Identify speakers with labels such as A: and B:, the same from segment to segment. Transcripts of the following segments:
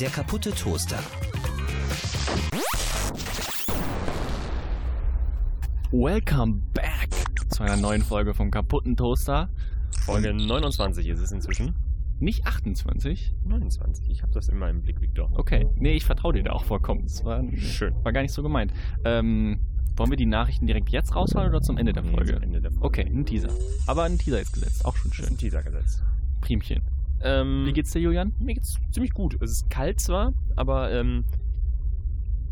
A: Der kaputte Toaster.
B: Welcome back zu einer neuen Folge vom kaputten Toaster.
C: Folge 29 ist es inzwischen.
B: Nicht 28?
C: 29. Ich habe das immer im Blick, Victor.
B: Okay. Nee, ich vertraue dir da auch vollkommen. Das war,
C: Schön.
B: war gar nicht so gemeint. Ähm, wollen wir die Nachrichten direkt jetzt raushauen oder zum Ende der
C: Zum
B: Folge?
C: Ende der Folge.
B: Okay, ein Teaser. Aber ein Teaser ist gesetzt. Auch schon
C: Schön
B: schön.
C: Teaser gesetzt.
B: Primchen.
C: Ähm,
B: Wie geht's dir, Julian?
C: Mir geht's ziemlich gut. Es ist kalt zwar, aber ähm,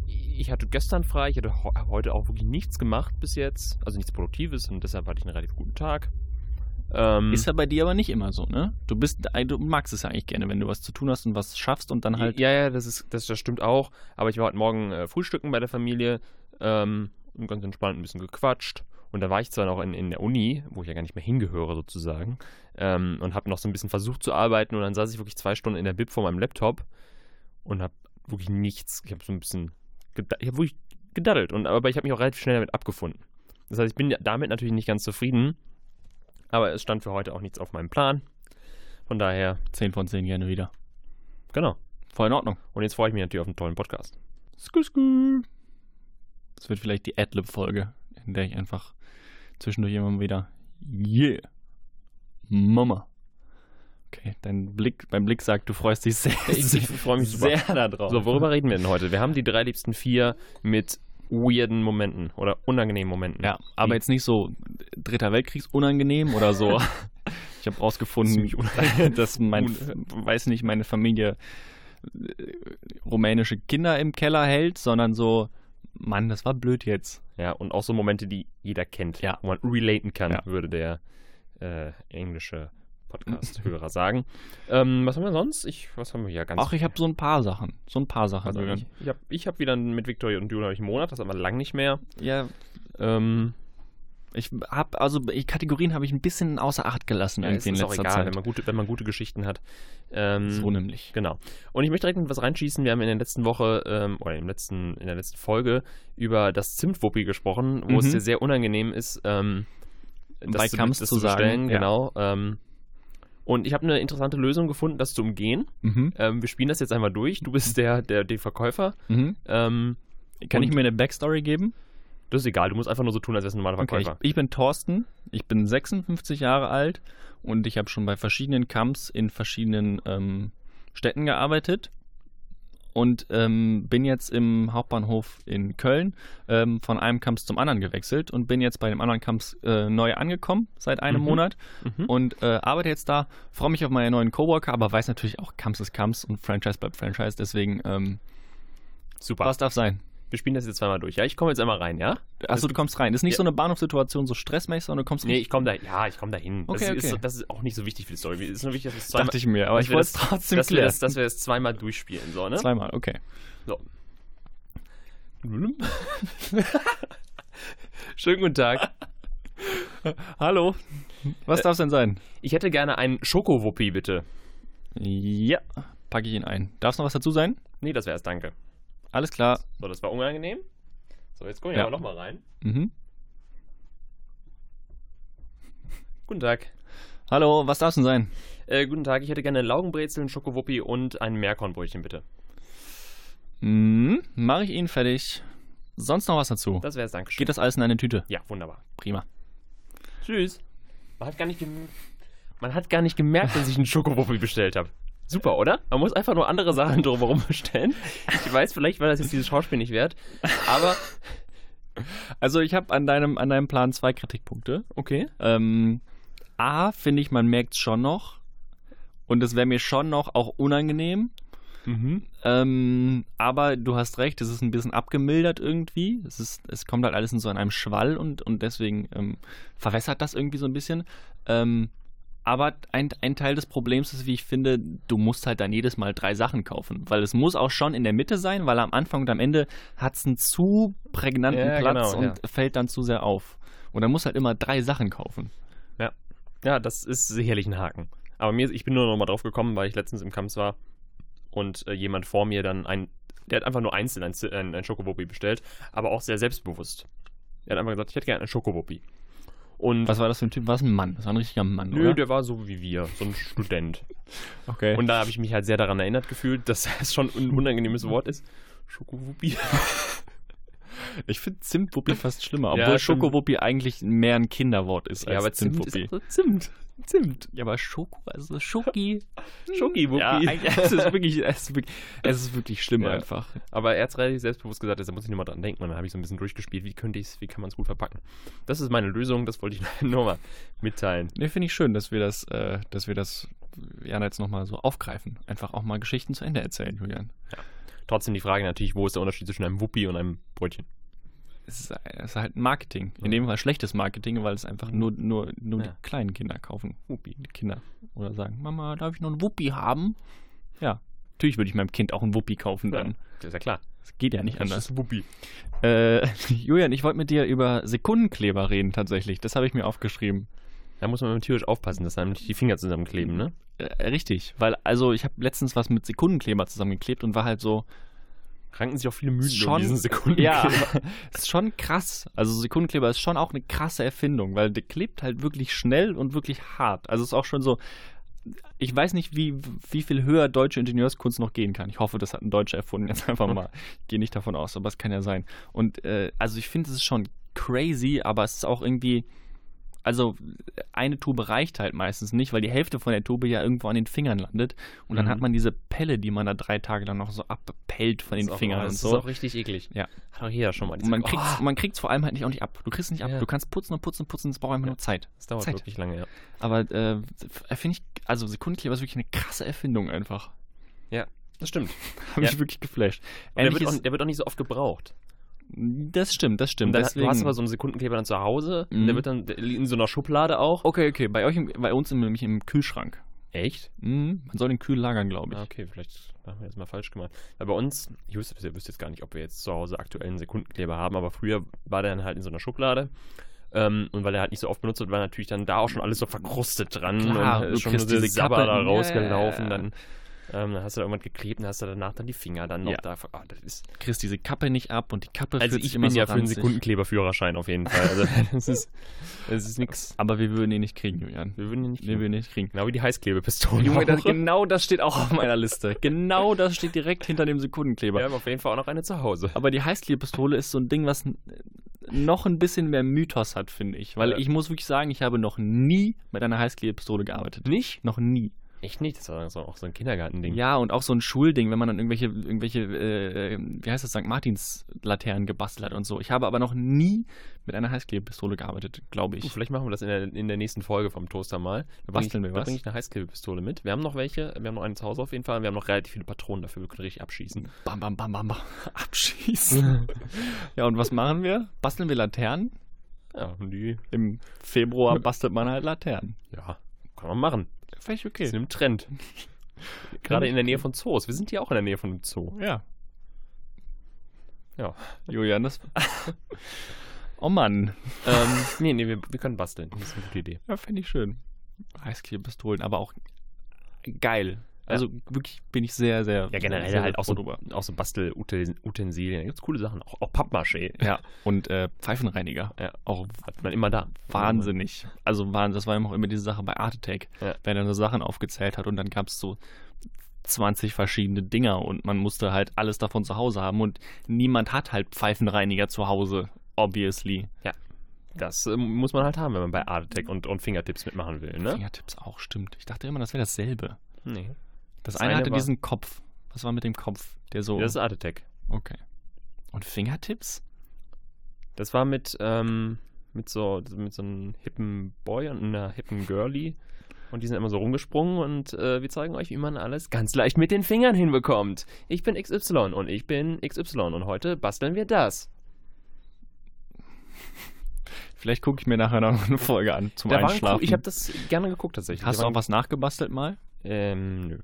C: ich hatte gestern frei. Ich hatte ho heute auch wirklich nichts gemacht bis jetzt. Also nichts Produktives und deshalb hatte ich einen relativ guten Tag. Ähm,
B: Ist ja bei dir aber nicht immer so, ne? Du bist, du magst es ja eigentlich gerne, wenn du was zu tun hast und was schaffst und dann halt.
C: Ja, ja, das, ist, das, das stimmt auch. Aber ich war heute Morgen äh, frühstücken bei der Familie ähm, und ganz entspannt ein bisschen gequatscht. Und da war ich zwar noch in, in der Uni, wo ich ja gar nicht mehr hingehöre sozusagen, ähm, und habe noch so ein bisschen versucht zu arbeiten. Und dann saß ich wirklich zwei Stunden in der Bib vor meinem Laptop und habe wirklich nichts. Ich habe so ein bisschen, geda- ich habe wirklich gedaddelt. Und, aber ich habe mich auch relativ schnell damit abgefunden. Das heißt, ich bin ja damit natürlich nicht ganz zufrieden. Aber es stand für heute auch nichts auf meinem Plan. Von daher,
B: 10 von 10 gerne wieder.
C: genau.
B: Voll in Ordnung.
C: Und jetzt freue ich mich natürlich auf einen tollen Podcast.
B: Skü, skü. Das wird vielleicht die Adlib-Folge, in der ich einfach zwischendurch immer wieder Yeah, Mama. Okay, dein Blick, mein Blick sagt, du freust dich sehr,
C: freue
B: sehr darauf.
C: So, worüber reden wir denn heute? Wir haben die drei liebsten vier mit weirden Momenten oder unangenehmen Momenten.
B: Ja, aber jetzt nicht so Dritter Weltkriegs unangenehm oder so. ich habe rausgefunden,
C: Ziemlich
B: dass mein, weiß nicht, meine Familie äh, rumänische Kinder im Keller hält, sondern so, Mann, das war blöd jetzt.
C: ja. Und auch so Momente, die jeder kennt,
B: Ja.
C: wo man relaten kann,
B: Ja.
C: würde der äh, englische Podcast-Hörer sagen. Ähm, was haben wir sonst? Ich, was haben wir hier ganz
B: Ach, ich habe so ein paar Sachen, so ein paar Sachen.
C: also
B: Julian.
C: ich, ich habe ich hab wieder mit Victoria und Julian hab ich einen Monat, das haben wir lang nicht mehr.
B: ja,
C: Ähm,
B: Ich habe also ich, Kategorien habe ich ein bisschen außer Acht gelassen
C: ja, es
B: irgendwie in
C: ist
B: letzter
C: auch egal,
B: Zeit.
C: Wenn, man gute, wenn man gute Geschichten hat. Ähm,
B: so nämlich.
C: Genau. Und ich möchte direkt mit was reinschießen. Wir haben in der letzten Woche ähm, oder im letzten, in der letzten Folge über das Zimtwuppi gesprochen, wo
B: Mhm.
C: es dir sehr unangenehm ist, ähm, das
B: Bei
C: zu,
B: Kamps
C: das
B: zu sagen,
C: bestellen.
B: ja.
C: Genau. Ähm, und ich habe eine interessante Lösung gefunden, das zu umgehen.
B: Mhm.
C: Ähm, wir spielen das jetzt einmal durch. Du bist der, der, der Verkäufer.
B: Mhm.
C: Ähm,
B: Kann
C: Und-
B: ich mir eine Backstory geben?
C: das ist egal. Du musst einfach nur so tun, als wärst du ein normaler
B: ich,
C: Verkäufer.
B: ich bin Thorsten, ich bin 56 Jahre alt und ich habe schon bei verschiedenen Camps in verschiedenen ähm, Städten gearbeitet und ähm, bin jetzt im Hauptbahnhof in Köln ähm, von einem Camp zum anderen gewechselt und bin jetzt bei dem anderen Camp äh, neu angekommen seit einem
C: Mhm.
B: Monat
C: Mhm.
B: und äh, arbeite jetzt da, freue mich auf meine neuen Coworker, aber weiß natürlich auch, Camps ist Camps und Franchise bleibt Franchise, deswegen ähm,
C: Super.
B: was darf sein.
C: Wir spielen das jetzt zweimal durch. Ja, ich komme jetzt einmal rein, ja?
B: Achso,
C: Das-
B: du kommst rein. Ist nicht
C: Ja.
B: so eine Bahnhofssituation, so stressmäßig, sondern du kommst
C: Nee, ich komme da, ja, ich komme da hin.
B: Okay,
C: das,
B: okay.
C: Ist, das ist auch nicht so wichtig für die Story. Es ist nur wichtig, dass wir es zweimal,
B: Dachte ich mir, aber
C: dass
B: ich
C: wir
B: wollte es
C: das-
B: trotzdem
C: dass wir,
B: klären.
C: das, dass wir das zweimal durchspielen, so, ne?
B: Zweimal, okay.
C: Hm? Schönen guten Tag.
B: Hallo. Was
C: Äh.
B: darf es denn sein?
C: Ich hätte gerne einen Schokowuppi, bitte.
B: Ja, packe ich ihn ein. Darf es noch was dazu sein?
C: Nee, das wär's, danke.
B: Alles klar.
C: So, das war unangenehm. So, jetzt komme ich
B: Ja.
C: aber aber nochmal rein.
B: Mhm.
C: Guten Tag.
B: Hallo, was darf es denn sein?
C: Äh, guten Tag, ich hätte gerne Laugenbrezeln, Schokowuppi und ein Meerkornbrötchen, bitte.
B: Mhm, Mache ich ihn fertig. Sonst noch was dazu?
C: Das wär's, danke schön.
B: Geht das alles in eine Tüte?
C: Ja, wunderbar.
B: Prima.
C: Tschüss. Man hat gar nicht, gem Man hat gar nicht gemerkt, dass ich einen Schokowuppi bestellt habe. Super, oder? Man muss einfach nur andere Sachen drumherum bestellen. Ich weiß, vielleicht war das jetzt dieses Schauspiel nicht wert, aber...
B: Also ich habe an deinem, an deinem Plan zwei Kritikpunkte.
C: Okay.
B: Ähm, A, finde ich, man merkt es schon noch. Und es wäre mir schon noch auch unangenehm.
C: Mhm.
B: Ähm, aber du hast recht, es ist ein bisschen abgemildert irgendwie. Es, ist, es kommt halt alles in so in einem Schwall und, und deswegen ähm, verwässert das irgendwie so ein bisschen. Ähm, aber ein, ein Teil des Problems ist, wie ich finde, du musst halt dann jedes Mal drei Sachen kaufen. Weil es muss auch schon in der Mitte sein, weil am Anfang und am Ende hat es einen zu prägnanten
C: Ja,
B: Platz
C: genau,
B: und
C: ja.
B: fällt dann zu sehr auf. Und dann musst halt immer drei Sachen kaufen.
C: Ja, das ist sicherlich ein Haken. Aber mir, ich bin nur noch mal drauf gekommen, weil ich letztens im Kampf war und äh, jemand vor mir dann ein, der hat einfach nur einzeln ein, Z- ein, ein Schokowuppi bestellt, aber auch sehr selbstbewusst. Er hat einfach gesagt, ich hätte gerne einen Schokowuppi. Und
B: Was war das für ein Typ? War es ein Mann? Das war ein richtiger Mann,
C: nö,
B: oder?
C: der war so wie wir, so ein Student.
B: Okay.
C: Und da habe ich mich halt sehr daran erinnert gefühlt, dass das schon ein unangenehmes Wort ist. Schokowuppi.
B: ich finde Zimtwuppi fast schlimmer,
C: Ja,
B: obwohl
C: stimmt.
B: Schokowuppi eigentlich mehr ein Kinderwort ist als Zimtwuppi.
C: so Zimt. Zimt.
B: Ja, aber Schoko, also Schoki.
C: Schokiwuppi.
B: Ja, eigentlich- es ist wirklich, es ist wirklich, es ist wirklich schlimm
C: Ja.
B: einfach.
C: Aber er hat relativ selbstbewusst gesagt, da muss ich nochmal dran denken. Und dann habe ich so ein bisschen durchgespielt, wie könnte ich es, wie kann man es gut verpacken. Das ist meine Lösung, das wollte ich nur mal mitteilen.
B: Ne, finde ich schön, dass wir das, äh, dass wir das äh, Jana jetzt nochmal so aufgreifen. Einfach auch mal Geschichten zu Ende erzählen, Julian.
C: Trotzdem die Frage natürlich, wo ist der Unterschied zwischen einem Wuppi und einem Brötchen?
B: Es ist, es ist halt Marketing. In dem Fall schlechtes Marketing, weil es einfach nur, nur, nur
C: Ja.
B: die kleinen Kinder kaufen.
C: Wuppi.
B: Die Kinder. Oder sagen, Mama, darf ich noch einen Wuppi haben? Ja. Natürlich würde ich meinem Kind auch einen Wuppi kaufen dann.
C: Das ist ja klar.
B: Das geht ja nicht anders.
C: Das ist Wuppi.
B: Äh, Julian, ich wollte mit dir über Sekundenkleber reden tatsächlich. Das habe ich mir aufgeschrieben.
C: Da muss man mit dem tierisch aufpassen, dass da nicht die Finger zusammenkleben, ne?
B: Äh, richtig, weil also ich habe letztens was mit Sekundenkleber zusammengeklebt und war halt so,
C: Ranken sich auch viele Mythen um
B: Schon-
C: diesen Sekunden.
B: Ja, ist schon krass. Also Sekundenkleber ist schon auch eine krasse Erfindung, weil der klebt halt wirklich schnell und wirklich hart. Also ist auch schon so, ich weiß nicht, wie, wie viel höher deutsche Ingenieurskunst noch gehen kann. Ich hoffe, das hat ein Deutscher erfunden, jetzt einfach mal. Ich gehe nicht davon aus, aber es kann ja sein. Und äh, also ich finde, es ist schon crazy, aber es ist auch irgendwie, also eine Tube reicht halt meistens nicht, weil die Hälfte von der Tube ja irgendwo an den Fingern landet. Und dann
C: Mhm.
B: hat man diese Pelle, die man da drei Tage lang noch so abpellt von den
C: Das ist auch-
B: Fingern und so.
C: Das ist auch richtig eklig.
B: Ja.
C: Hat auch jeder schon mal
B: Und man
C: Oh,
B: kriegt's, man kriegt's vor allem halt nicht auch nicht ab. Du kriegst es nicht ab.
C: Ja.
B: Du kannst putzen und putzen und putzen. Es braucht einfach
C: Ja.
B: nur Zeit.
C: Das dauert
B: Zeit.
C: wirklich lange, ja.
B: Aber äh, finde ich, also Sekundenkleber ist wirklich eine krasse Erfindung einfach.
C: Das stimmt.
B: Hab
C: Ja.
B: ich wirklich geflasht.
C: Und der wird, auch,
B: Ähnliches-
C: der wird auch nicht so oft gebraucht.
B: das stimmt, das
C: Und
B: stimmt.
C: dann, du hast aber so einen Sekundenkleber dann zu Hause. und Der
B: Mhm.
C: wird dann der liegt in so einer Schublade auch.
B: okay, okay. Bei euch, im, bei uns im- nämlich im Kühlschrank.
C: Echt?
B: Mhm, man soll den kühl lagern, glaube ich.
C: Ah, okay, vielleicht haben wir das mal falsch gemacht. Weil bei uns, ich wüsste, ich wüsste jetzt gar nicht, ob wir jetzt zu Hause aktuell einen Sekundenkleber haben, aber früher war der dann halt in so einer Schublade. Ähm, und weil er halt nicht so oft benutzt wird, war natürlich dann da auch schon alles so verkrustet dran.
B: Klar,
C: und
B: du
C: ist schon
B: kriegst
C: diese
B: diese
C: Sabber
B: Kappe-
C: da
B: Ja,
C: rausgelaufen.
B: ja, ja.
C: Dann, ähm, dann hast du da irgendwas geklebt und hast du danach dann die Finger dann noch
B: Ja.
C: da. ver- Ah, das ist,
B: Du kriegst diese Kappe nicht ab und die Kappe
C: also
B: fühlt
C: ich
B: sich immer
C: bin
B: so
C: ja für einen
B: ranzig.
C: Sekundenkleberführerschein auf jeden Fall. Also das ist, das ist nix.
B: Aber wir würden ihn nicht kriegen, Julian.
C: Wir würden ihn nicht.
B: Wir würden ihn nicht kriegen.
C: Genau wie die Heißklebepistole.
B: Junge, das,
C: auch. wir
B: genau das steht auch auf meiner Liste. Genau das steht direkt hinter dem Sekundenkleber.
C: haben auf jeden Fall auch noch eine zu Hause.
B: Aber die Heißklebepistole ist so ein Ding, was n- noch ein bisschen mehr Mythos hat, finde ich. Weil
C: Ja.
B: ich muss wirklich sagen, ich habe noch nie mit einer Heißklebepistole gearbeitet.
C: Nicht?
B: Noch nie.
C: Echt nicht? Das war das war auch so ein Kindergartending.
B: Ja, und auch so ein Schulding, wenn man dann irgendwelche, irgendwelche äh, wie heißt das, St. Martins-Laternen gebastelt hat und so. Ich habe aber noch nie mit einer Heißklebepistole gearbeitet, glaube
C: Du,
B: ich.
C: vielleicht machen wir das in der, in der nächsten Folge vom Toaster mal. Da bring
B: Basteln
C: ich,
B: wir
C: da
B: was?
C: bringe ich eine Heißklebepistole mit. Wir haben noch welche. Wir haben noch eine zu Hause auf jeden Fall. Wir haben noch relativ viele Patronen dafür. Wir können richtig abschießen.
B: Bam, bam, bam, bam, bam.
C: Mhm.
B: Abschießen. ja, und was machen wir? Basteln wir Laternen?
C: Ja, und die,
B: Im Februar bastelt man halt Laternen.
C: ja kann man machen.
B: Finde ich
C: Das ist im Trend. Gerade in der Nähe von Zoos. Wir sind hier auch in der Nähe von einem Zoo.
B: Ja.
C: Ja.
B: Julian, das. oh Mann.
C: ähm, nee, nee, wir, wir können basteln. Das ist eine gute Idee.
B: Ja, finde ich schön. Heißklebepistolen, aber auch geil. Also wirklich bin ich sehr, sehr.
C: Ja, generell
B: sehr,
C: halt auch so,
B: froh drüber.
C: auch so Bastelutensilien. Da gibt es coole Sachen. Auch, auch Pappmaché.
B: Ja, und äh, Pfeifenreiniger.
C: Ja.
B: Auch
C: Hat man immer da.
B: wahnsinnig. Also Wahnsinn. Das war immer auch immer diese Sache bei Art Attack,
C: Ja.
B: wenn er so Sachen aufgezählt hat und dann gab es so 20 verschiedene Dinger und man musste halt alles davon zu Hause haben und niemand hat halt Pfeifenreiniger zu Hause, obviously.
C: Das ähm, muss man halt haben, wenn man bei Artetech und, und Fingertips mitmachen will, ne?
B: Fingertips auch, stimmt. Ich dachte immer, das wäre dasselbe.
C: Nee.
B: Das,
C: Das
B: eine
C: eine
B: hatte
C: war-
B: diesen Kopf. Was war mit dem Kopf? Der so.
C: Das ist Artetech.
B: okay. Und Fingertips?
C: Das war mit, ähm, mit so mit so einem hippen Boy und einer hippen Girlie. Und die sind immer so rumgesprungen und äh, wir zeigen euch, wie man alles ganz leicht mit den Fingern hinbekommt. Ich bin XY und ich bin XY und heute basteln wir das.
B: Vielleicht gucke ich mir nachher noch eine Folge an zum
C: Da waren
B: Einschlafen.
C: cool- ich habe das gerne geguckt tatsächlich.
B: Hast
C: Da
B: du auch
C: waren-
B: was nachgebastelt mal?
C: Ähm, nö.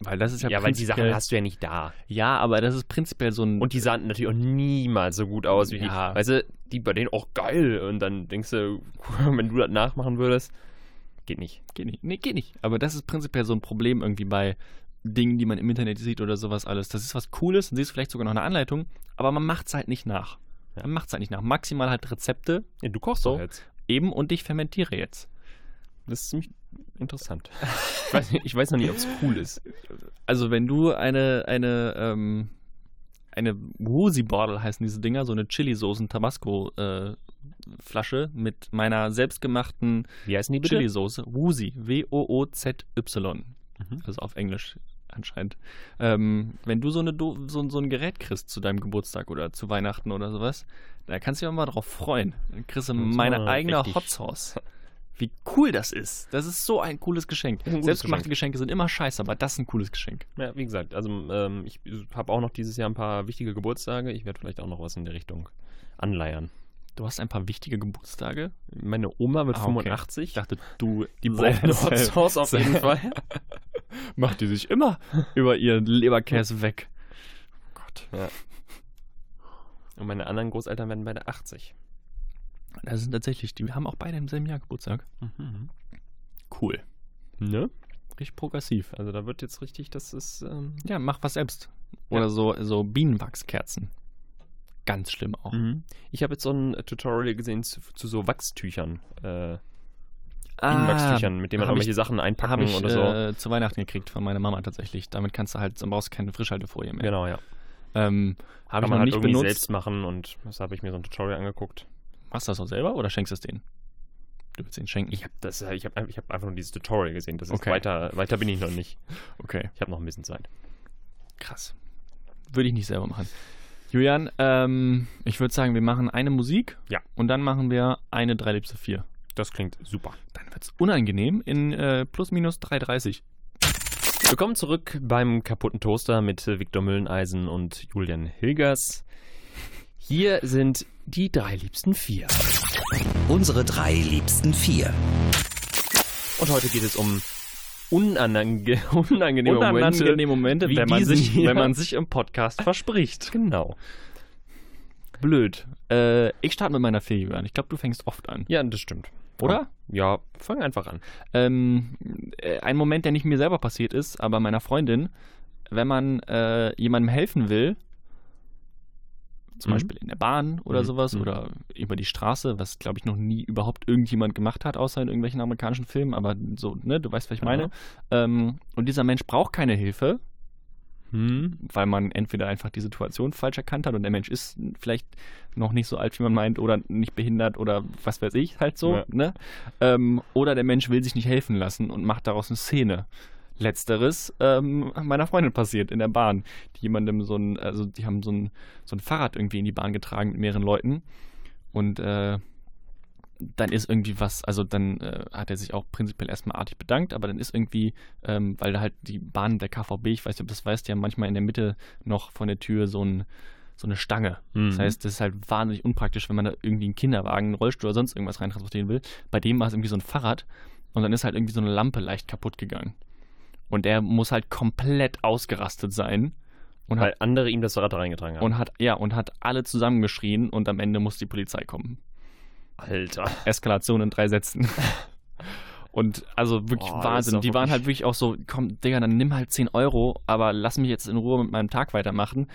B: Weil das ist ja,
C: Ja, weil die Sachen
B: prinzipiell-
C: hast du ja nicht da.
B: Ja, aber das ist prinzipiell so ein.
C: Und die sahen natürlich auch niemals so gut aus wie
B: Ja.
C: die. Weißt du, die bei denen auch geil. Und dann denkst du, wenn du das nachmachen würdest, geht nicht.
B: Geht nicht. Nee, geht nicht. Aber das ist prinzipiell so ein Problem irgendwie bei Dingen, die man im Internet sieht oder sowas alles. Das ist was Cooles und siehst vielleicht sogar noch eine Anleitung, aber man macht es halt nicht nach.
C: Ja.
B: Man macht es halt nicht nach. Maximal halt Rezepte
C: Ja, du kochst
B: So.
C: doch jetzt.
B: Eben, und ich fermentiere jetzt.
C: Das ist ziemlich interessant. ich, weiß, ich weiß noch nicht, ob es cool ist.
B: Also wenn du eine, eine, ähm, eine Woozy Bottle heißen diese Dinger, so eine Chili-Soßen Tabasco äh, Flasche mit meiner selbstgemachten
C: Wie heißen die bitte?
B: Chili-Soße, Woozy, W-O-O-Z-Y,
C: Mhm.
B: also auf Englisch anscheinend. Ähm, wenn du so, eine Do so, so ein Gerät kriegst zu deinem Geburtstag oder zu Weihnachten oder sowas, da kannst du dich auch mal drauf freuen. Dann kriegst du
C: Das ist
B: meine
C: mal
B: eigene
C: richtig.
B: Hot Sauce. Wie cool das ist. Das ist so ein cooles Geschenk.
C: ist ein gutes
B: Selbstgemachte Geschenke sind immer scheiße, aber das ist ein cooles Geschenk.
C: Ja, wie gesagt, also ähm, ich habe auch noch dieses Jahr ein paar wichtige Geburtstage. Ich werde vielleicht auch noch was in der Richtung anleiern.
B: Du hast ein paar wichtige Geburtstage.
C: Meine Oma wird
B: Ah, okay.
C: 85.
B: Ich dachte, du,
C: Die braucht eine Hot Sauce auf jeden Fall.
B: macht die sich immer über ihren Leberkäse weg. Oh Gott.
C: Und meine anderen Großeltern werden beide 80.
B: Das sind tatsächlich, die haben auch beide im selben Jahr Geburtstag.
C: Mhm.
B: Cool.
C: Ne?
B: Richtig progressiv.
C: Also da wird jetzt richtig, das ist. Ähm,
B: Ja, mach was selbst.
C: Ja.
B: Oder so, so Bienenwachskerzen. Ganz schlimm auch.
C: Mhm. Ich habe jetzt so ein äh, Tutorial gesehen zu, zu so Wachstüchern. Äh,
B: Ah,
C: Bienenwachstüchern, mit denen man
B: hab
C: irgendwelche
B: ich-
C: Sachen
B: habe
C: einpacken
B: ich
C: oder so.
B: äh, zu Weihnachten gekriegt von meiner Mama tatsächlich. Damit kannst du halt, dann brauchst du keine Frischhaltefolie mehr.
C: genau, ja.
B: Ähm, habe ich
C: Kann
B: noch
C: man halt
B: nicht
C: irgendwie
B: benutzt.
C: selbst machen und das habe ich mir so ein Tutorial angeguckt.
B: Machst du das auch selber oder schenkst du es denen? Du willst denen schenken?
C: Ich habe das, äh, ich habe ich hab einfach nur dieses Tutorial gesehen. Das ist
B: Okay.
C: weiter, weiter bin ich noch nicht.
B: okay.
C: Ich habe noch ein bisschen Zeit.
B: Krass. Würde ich nicht selber machen. Julian, ähm, ich würde sagen, wir machen eine Musik.
C: Ja.
B: Und dann machen wir eine 3 Liebste 4.
C: Das klingt super.
B: Dann wird es unangenehm in äh, plus minus 3,30.
C: Willkommen zurück beim kaputten Toaster mit äh, Viktor Mülleneisen und Julian Hilgers. Hier sind die drei liebsten vier.
A: Unsere drei liebsten vier.
C: Und heute geht es um unange unangenehme Momente.
B: Unangenehme Momente,
C: wie
B: wenn man,
C: diesen
B: sich,
C: hier.
B: wenn man sich im Podcast verspricht.
C: Genau.
B: Blöd. Äh, ich starte mit meiner Fee, Julian. Ich glaube, du fängst oft an.
C: Ja, das stimmt.
B: Oder?
C: Ja, fang einfach an.
B: Ähm, äh, ein Moment, der nicht mir selber passiert ist, aber meiner Freundin. Wenn man äh, jemandem helfen will, zum
C: Mhm.
B: Beispiel in der Bahn oder
C: Mhm.
B: sowas
C: Mhm.
B: oder über die Straße, was glaube ich noch nie überhaupt irgendjemand gemacht hat, außer in irgendwelchen amerikanischen Filmen, aber so, ne, du weißt, was ich
C: Ja.
B: meine. Ähm, und dieser Mensch braucht keine Hilfe,
C: Hm?
B: weil man entweder einfach die Situation falsch erkannt hat und der Mensch ist vielleicht noch nicht so alt, wie man meint, oder nicht behindert oder was weiß ich, halt so,
C: Ja.
B: ne? Ähm, oder der Mensch will sich nicht helfen lassen und macht daraus eine Szene. Letzteres ähm, meiner Freundin passiert in der Bahn, die jemandem so ein, also die haben so ein, so ein Fahrrad irgendwie in die Bahn getragen mit mehreren Leuten und äh, dann ist irgendwie was, also dann äh, hat er sich auch prinzipiell erstmal artig bedankt, aber dann ist irgendwie, ähm, weil da halt die Bahn der KVB, ich weiß nicht, ob du das weißt, die haben manchmal in der Mitte noch von der Tür so, ein, so eine Stange. Das
C: Mhm.
B: heißt, das ist halt wahnsinnig unpraktisch, wenn man da irgendwie einen Kinderwagen, einen Rollstuhl oder sonst irgendwas reintransportieren will. Bei dem war es irgendwie so ein Fahrrad und dann ist halt irgendwie so eine Lampe leicht kaputt gegangen. Und er muss halt komplett ausgerastet sein und hat
C: Weil andere ihm das Rad reingetragen haben.
B: und hat, ja, und hat alle zusammengeschrien und am Ende muss die Polizei kommen.
C: Alter.
B: Eskalation in drei Sätzen. Und also wirklich
C: Boah, das ist
B: Wahnsinn.
C: doch
B: Die waren
C: wirklich-
B: halt wirklich auch so, komm, Digga, dann nimm halt 10 Euro, aber lass mich jetzt in Ruhe mit meinem Tag weitermachen.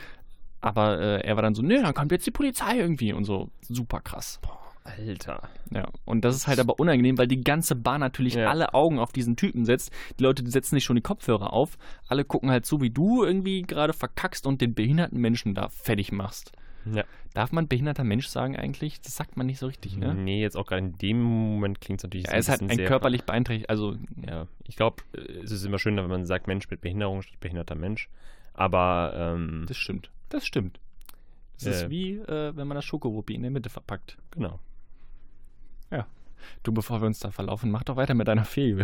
B: Aber äh, er war dann so, nö, dann kommt jetzt die Polizei irgendwie und so. Super krass.
C: Alter.
B: Ja. Und das ist halt aber unangenehm, weil die ganze Bahn natürlich
C: Ja.
B: alle Augen auf diesen Typen setzt. Die Leute, die setzen nicht schon die Kopfhörer auf. Alle gucken halt zu, wie du irgendwie gerade verkackst und den behinderten Menschen da fertig machst.
C: Ja.
B: Darf man behinderter Mensch sagen eigentlich? Das sagt man nicht so richtig, ne?
C: Nee, jetzt auch gerade in dem Moment klingt es natürlich
B: Ja, er ist
C: so
B: halt
C: bisschen
B: ein
C: sehr-
B: körperlich beeinträchtigt, also
C: Ja, ich glaube, es ist immer schöner, wenn man sagt Mensch mit Behinderung statt behinderter Mensch. Aber ähm,
B: das stimmt. Das stimmt. Das
C: Äh.
B: ist wie, äh, wenn man das Schokowuppi in der Mitte verpackt.
C: genau.
B: Du, bevor wir uns da verlaufen, mach doch weiter mit deiner Fee.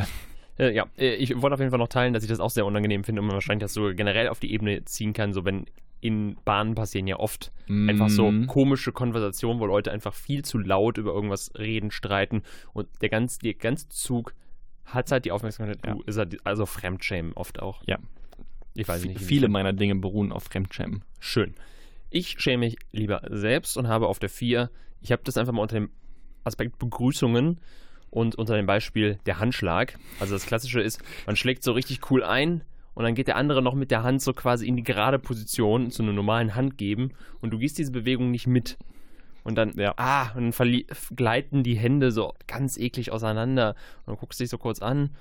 C: Äh, ja, äh, ich wollte auf jeden Fall noch teilen, dass ich das auch sehr unangenehm finde und man wahrscheinlich das so generell auf die Ebene ziehen kann, so wenn in Bahnen passieren ja oft einfach so
B: Mhm.
C: komische Konversationen, wo Leute einfach viel zu laut über irgendwas reden, streiten und der ganze, der ganze Zug hat halt die Aufmerksamkeit,
B: Ja.
C: du, ist halt, die- also Fremdschämen oft auch.
B: Ja.
C: Ich weiß nicht. wie-
B: Viele meiner Dinge beruhen auf Fremdschämen.
C: Schön. Ich schäme mich lieber selbst und habe auf der 4, ich habe das einfach mal unter dem Aspekt Begrüßungen und unter dem Beispiel der Handschlag. Also das Klassische ist, man schlägt so richtig cool ein und dann geht der andere noch mit der Hand so quasi in die gerade Position zu einer normalen Hand geben und du gehst diese Bewegung nicht mit. Und dann,
B: Ja.
C: ah, und dann verli- gleiten die Hände so ganz eklig auseinander. Und dann guckst du dich so kurz an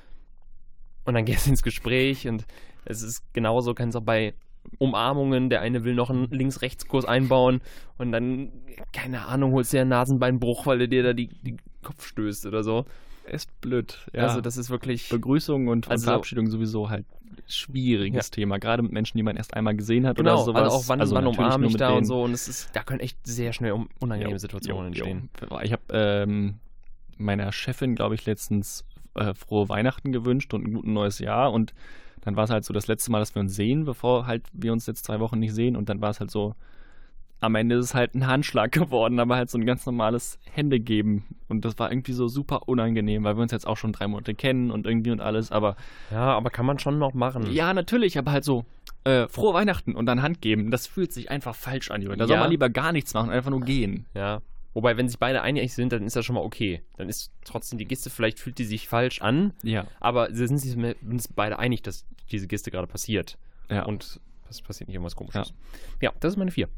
C: und dann gehst du ins Gespräch. Und es ist genauso, kannst auch bei Umarmungen, der eine will noch einen Links-Rechts-Kurs einbauen und dann, keine Ahnung, holst dir einen Nasenbeinbruch, weil du dir da die, die Kopf stößt oder so.
B: Ist blöd. Ja.
C: Also das ist wirklich.
B: Begrüßung und,
C: Also-
B: und Verabschiedung sowieso halt schwieriges Thema. Gerade mit Menschen, die man erst einmal gesehen hat
C: Genau,
B: oder sowas.
C: also auch wann, wann
B: natürlich
C: umarme
B: nur
C: ich
B: mit
C: da
B: denen.
C: und so und es ist, da können echt sehr schnell un- unangenehme
B: Jo,
C: Situationen
B: jo, jo.
C: entstehen.
B: Ich habe ähm, meiner Chefin, glaube ich, letztens äh, frohe Weihnachten gewünscht und ein gutes neues Jahr. Und dann war es halt so das letzte Mal, dass wir uns sehen, bevor halt wir uns jetzt zwei Wochen nicht sehen. Und dann war es halt so, am Ende ist es halt ein Handschlag geworden, aber halt so ein ganz normales Hände geben. Und das war irgendwie so super unangenehm, weil wir uns jetzt auch schon drei Monate kennen und irgendwie und alles. Aber
C: Ja, aber kann man schon noch machen.
B: ja, natürlich, aber halt so. Äh, frohe Weihnachten und dann Hand geben. Das fühlt sich einfach falsch an, Jürgen. Da soll
C: Ja.
B: man lieber gar nichts machen, einfach nur gehen.
C: Ja. Wobei, wenn sich beide einig sind, dann ist das schon mal okay. Dann ist trotzdem die Geste, vielleicht fühlt die sich falsch an,
B: Ja.
C: aber sie sind sich mit- uns beide einig, dass diese Geste gerade passiert.
B: ja.
C: Und es passiert nicht irgendwas komisches. Ja. das ist meine vier.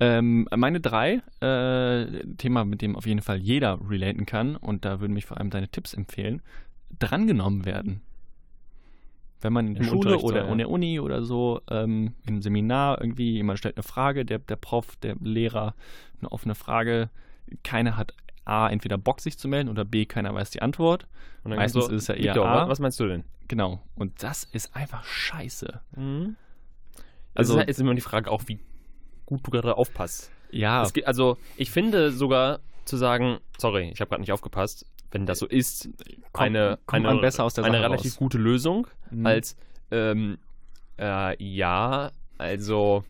B: Ähm, meine drei, äh, Thema, mit dem auf jeden Fall jeder relaten kann und da würden mich vor allem deine Tipps empfehlen, drangenommen werden. Wenn man in der
C: Im
B: Schule
C: Unterricht,
B: oder
C: ja.
B: in der Uni oder so, ähm, im Seminar irgendwie, jemand stellt eine Frage, der, der Prof, der Lehrer, eine offene Frage, keiner hat A, entweder Bock sich zu melden oder B, keiner weiß die Antwort.
C: Und dann
B: Meistens
C: so,
B: ist es ja ne? eher
C: Victor,
B: A.
C: wa- was meinst du denn?
B: Genau. Und das ist einfach scheiße.
C: Also,
B: Also-
C: es ist, ist immer die Frage auch, wie gut du gerade aufpasst.
B: Ja,
C: Es gibt, also, ich finde sogar zu sagen, sorry, ich habe gerade nicht aufgepasst, wenn das so ist,
B: kommt-
C: eine,
B: kommt
C: eine,
B: man besser aus der
C: eine
B: Sache
C: relativ
B: raus.
C: gute Lösung.
B: Mhm.
C: als ähm, äh, ja, also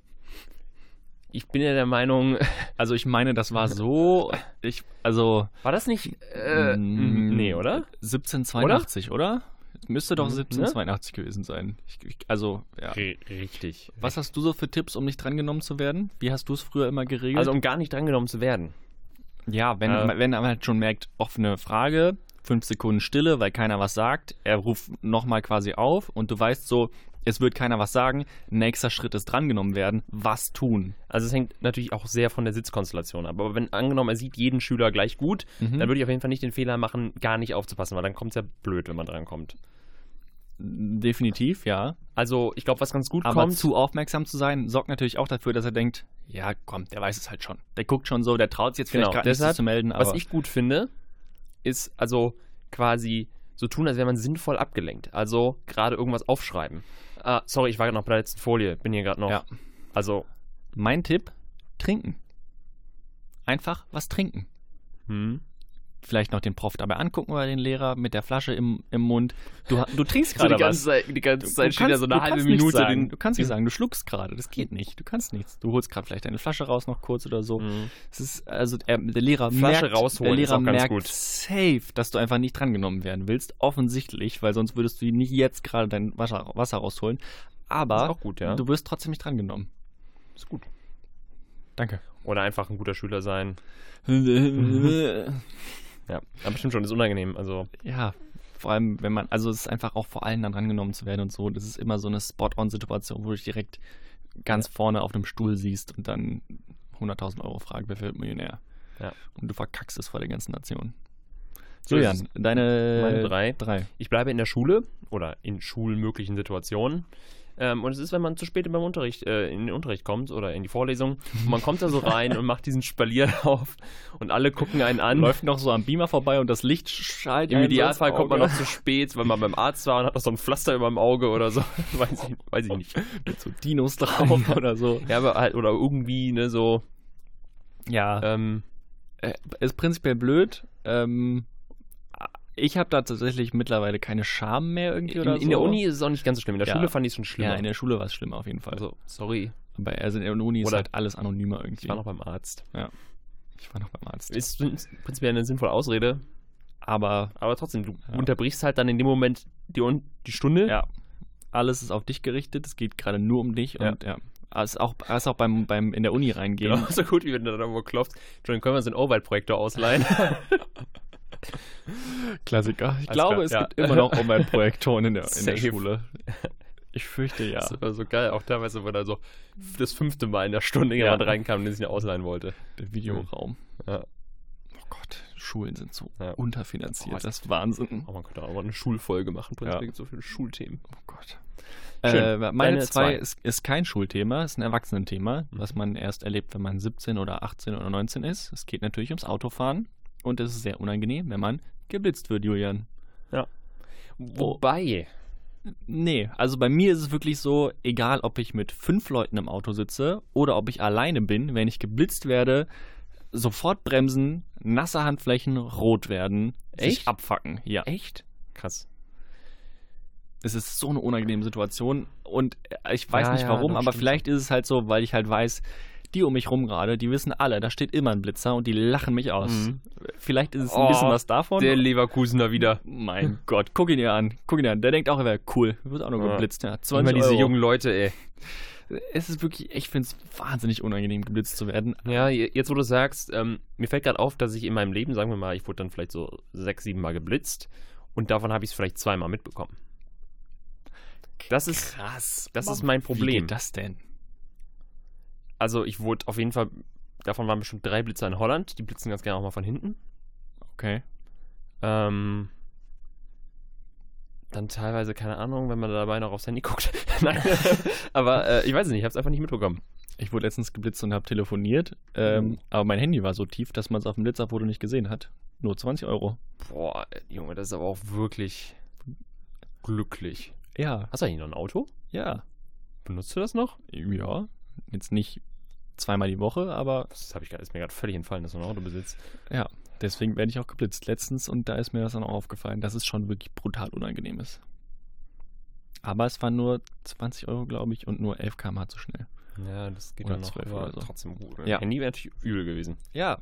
C: ich bin ja der Meinung,
B: also ich meine, das war so, ich, also
C: war das nicht äh,
B: Mm,
C: nee, oder?
B: 1782, oder? Müsste doch
C: Mhm,
B: 1782 gewesen sein. Ich, ich, also, ja.
C: Richtig.
B: Was hast du so für Tipps, um nicht drangenommen zu werden? Wie hast du es früher immer geregelt?
C: Also um gar nicht drangenommen zu werden.
B: ja, wenn,
C: äh,
B: wenn man halt schon merkt, offene Frage, fünf Sekunden Stille, weil keiner was sagt, er ruft nochmal quasi auf und du weißt so, es wird keiner was sagen, nächster Schritt ist drangenommen werden, was tun?
C: Also es hängt natürlich auch sehr von der Sitzkonstellation ab. Aber wenn angenommen, er sieht jeden Schüler gleich gut,
B: Mhm.
C: dann würde ich auf jeden Fall nicht den Fehler machen, gar nicht aufzupassen, weil dann kommt es ja blöd, wenn man drankommt.
B: Definitiv, ja.
C: Also ich glaube, was ganz gut
B: Aber
C: kommt.
B: zu aufmerksam zu sein, sorgt natürlich auch dafür, dass er denkt, ja, komm, der weiß es halt schon. Der guckt schon so, der traut sich jetzt vielleicht
C: Genau,
B: gerade nicht
C: deshalb,
B: sich zu melden. Aber
C: Was ich gut finde, ist also quasi so tun, als wäre man sinnvoll abgelenkt. Also gerade irgendwas aufschreiben. Ah, sorry, ich war gerade noch bei der letzten Folie. Bin hier gerade noch.
B: Ja.
C: Also,
B: mein Tipp, trinken. Einfach was trinken.
C: hm.
B: Vielleicht noch den Prof dabei angucken oder den Lehrer mit der Flasche im, im Mund. Du, ha- du trinkst
C: So
B: gerade was.
C: Zeit, die ganze
B: Du kannst- du kannst nichts Sagen. du kannst nicht sagen, du schluckst gerade. Das geht nicht. Du kannst nichts. Du holst gerade vielleicht deine Flasche raus noch kurz oder so.
C: Mhm.
B: Es ist also er, der Lehrer
C: Flasche
B: merkt,
C: rausholen
B: der
C: ist
B: Lehrer
C: auch ganz
B: merkt
C: gut.
B: safe, dass du einfach nicht drangenommen werden willst. Offensichtlich, weil sonst würdest du ihm nicht jetzt gerade dein Wasser, Wasser rausholen.
C: Ist
B: Aber
C: auch gut, ja.
B: du wirst trotzdem nicht drangenommen.
C: Ist gut.
B: Danke.
C: Oder einfach ein guter Schüler sein. Mhm.
B: ja,
C: Ja, aber stimmt schon, ist unangenehm. Also,
B: vor allem, wenn man, also es ist einfach auch vor allem dann drangenommen zu werden und so. Das ist immer so eine Spot-on-Situation, wo du dich direkt ganz vorne auf einem Stuhl siehst und dann 100.000 Euro fragt, wer wird Millionär?
C: Ja.
B: Und du verkackst es vor der ganzen Nation. So,
C: So ist
B: Jan, deine
C: meine drei.
B: drei.
C: ich bleibe in der Schule oder in schulmöglichen Situationen. Ähm, und es ist, wenn man zu spät beim Unterricht, äh, in den Unterricht kommt oder in die Vorlesung, und man kommt da so rein und macht diesen Spalier auf und alle gucken einen an.
B: Läuft noch so am Beamer vorbei und das Licht schallt.
C: Im Idealfall kommt man noch zu spät, weil man beim Arzt war und hat noch so ein Pflaster über dem Auge oder so. Weiß ich, weiß ich nicht.
B: mit so Dinos drauf oder so.
C: Ja, aber halt, oder irgendwie, ne, so,
B: Ja,
C: ähm,
B: äh, ist prinzipiell blöd. Ähm, ich habe da tatsächlich mittlerweile keine Scham mehr irgendwie
C: in,
B: oder so.
C: in der Uni ist es auch nicht ganz so schlimm. In der
B: Ja.
C: Schule fand ich es schon schlimmer.
B: Ja, in der Schule war es schlimmer auf jeden Fall.
C: also, sorry,
B: Aber also in der Uni ist
C: Oder-
B: halt alles anonymer irgendwie.
C: ich war noch beim Arzt.
B: ich war noch beim Arzt.
C: Ist prinzipiell eine sinnvolle Ausrede,
B: aber
C: aber trotzdem, du
B: Ja.
C: unterbrichst halt dann in dem Moment die, Un- die Stunde.
B: Ja. alles ist auf dich gerichtet. Es geht gerade nur um dich.
C: Ja.
B: Und ja, als auch, als auch beim, beim in der Uni reingehen.
C: Genau, so gut, wie wenn du da irgendwo klopfst. Entschuldigung, können wir uns den Overwrite-Projektor ausleihen?
B: Klassiker. Ich
C: Alles
B: glaube,
C: klar,
B: es
C: ja.
B: gibt immer noch Online-Projektoren in der, in der
C: Safe.
B: Schule. Ich fürchte ja.
C: Das war so geil, auch teilweise, wo er so das fünfte Mal in der Stunde
B: Ja.
C: jemand reinkam, den ich nicht ausleihen wollte.
B: Der Videoraum.
C: Ja.
B: Oh Gott, Schulen sind so
C: Ja.
B: unterfinanziert.
C: Oh,
B: das ist Wahnsinn.
C: Oh, man könnte auch mal eine Schulfolge machen,
B: Ja.
C: prinzipiell gibt so viele Schulthemen.
B: Oh Gott.
C: Schön.
B: Äh, meine
C: Deine
B: zwei
C: zwei.
B: ist, ist kein Schulthema, ist ein Erwachsenenthema,
C: Mhm.
B: was man erst erlebt, wenn man 17 oder 18 oder 19 ist. Es geht natürlich ums Autofahren und es ist sehr unangenehm, wenn man geblitzt wird, Julian.
C: Wobei,
B: Nee, also bei mir ist es wirklich so, egal ob ich mit fünf Leuten im Auto sitze oder ob ich alleine bin, wenn ich geblitzt werde, sofort bremsen, nasse Handflächen, rot werden, sich
C: Echt?
B: abfacken. Ja.
C: echt? Krass.
B: Es ist so eine unangenehme Situation und äh, ich weiß
C: Ja,
B: nicht
C: ja,
B: warum,
C: doch,
B: aber
C: stimmt
B: vielleicht ist es halt so, weil ich halt weiß, die um mich rum gerade, die wissen alle, da steht immer ein Blitzer und die lachen mich aus. Äh,
C: Mhm.
B: Vielleicht ist es ein
C: Oh,
B: bisschen was davon.
C: Der Leverkusener wieder.
B: mein Gott, guck ihn dir an, guck ihn dir an. Der denkt auch, er wäre cool. Wird auch nur
C: Ja.
B: geblitzt. Ja,
C: Immer
B: 20
C: diese
B: Euro.
C: jungen Leute, ey.
B: Es ist wirklich, ich finde es wahnsinnig unangenehm, geblitzt zu werden.
C: Ja, je- jetzt wo du sagst, ähm, mir fällt gerade auf, dass ich in meinem Leben, sagen wir mal, ich wurde dann vielleicht so sechs, sieben Mal geblitzt und davon habe ich es vielleicht zweimal mitbekommen. Das ist,
B: Krass.
C: das ist mein
B: Wie
C: Problem.
B: geht das denn?
C: Also ich wurde auf jeden Fall, davon waren bestimmt drei Blitzer in Holland, die blitzen ganz gerne auch mal von hinten.
B: Okay.
C: Ähm, dann teilweise, keine Ahnung, wenn man dabei noch aufs Handy guckt. Nein. Aber äh, ich weiß es nicht, ich habe es einfach nicht mitbekommen.
B: Ich wurde letztens geblitzt und habe telefoniert, ähm,
C: Mhm.
B: aber mein Handy war so tief, dass man es auf dem Blitzerfoto nicht gesehen hat. Nur 20 Euro.
C: Boah, Junge, das ist aber auch wirklich glücklich.
B: Ja.
C: Hast du eigentlich noch ein Auto?
B: Ja.
C: Benutzt du das noch?
B: Ja. Jetzt nicht zweimal die Woche, aber
C: Das hab ich, grad- ist mir gerade völlig entfallen, dass du ein Auto besitzt.
B: deswegen werde ich auch geblitzt letztens und da ist mir das dann auch aufgefallen, dass es schon wirklich brutal unangenehm ist. Aber es waren nur 20 Euro, glaube ich, und nur 11 km/h zu schnell.
C: Ja, das geht
B: Oder
C: dann noch.
B: zwölf
C: aber
B: oder so.
C: Trotzdem gut. ne?
B: Ja.
C: Handy wäre natürlich übel gewesen.
B: Ja,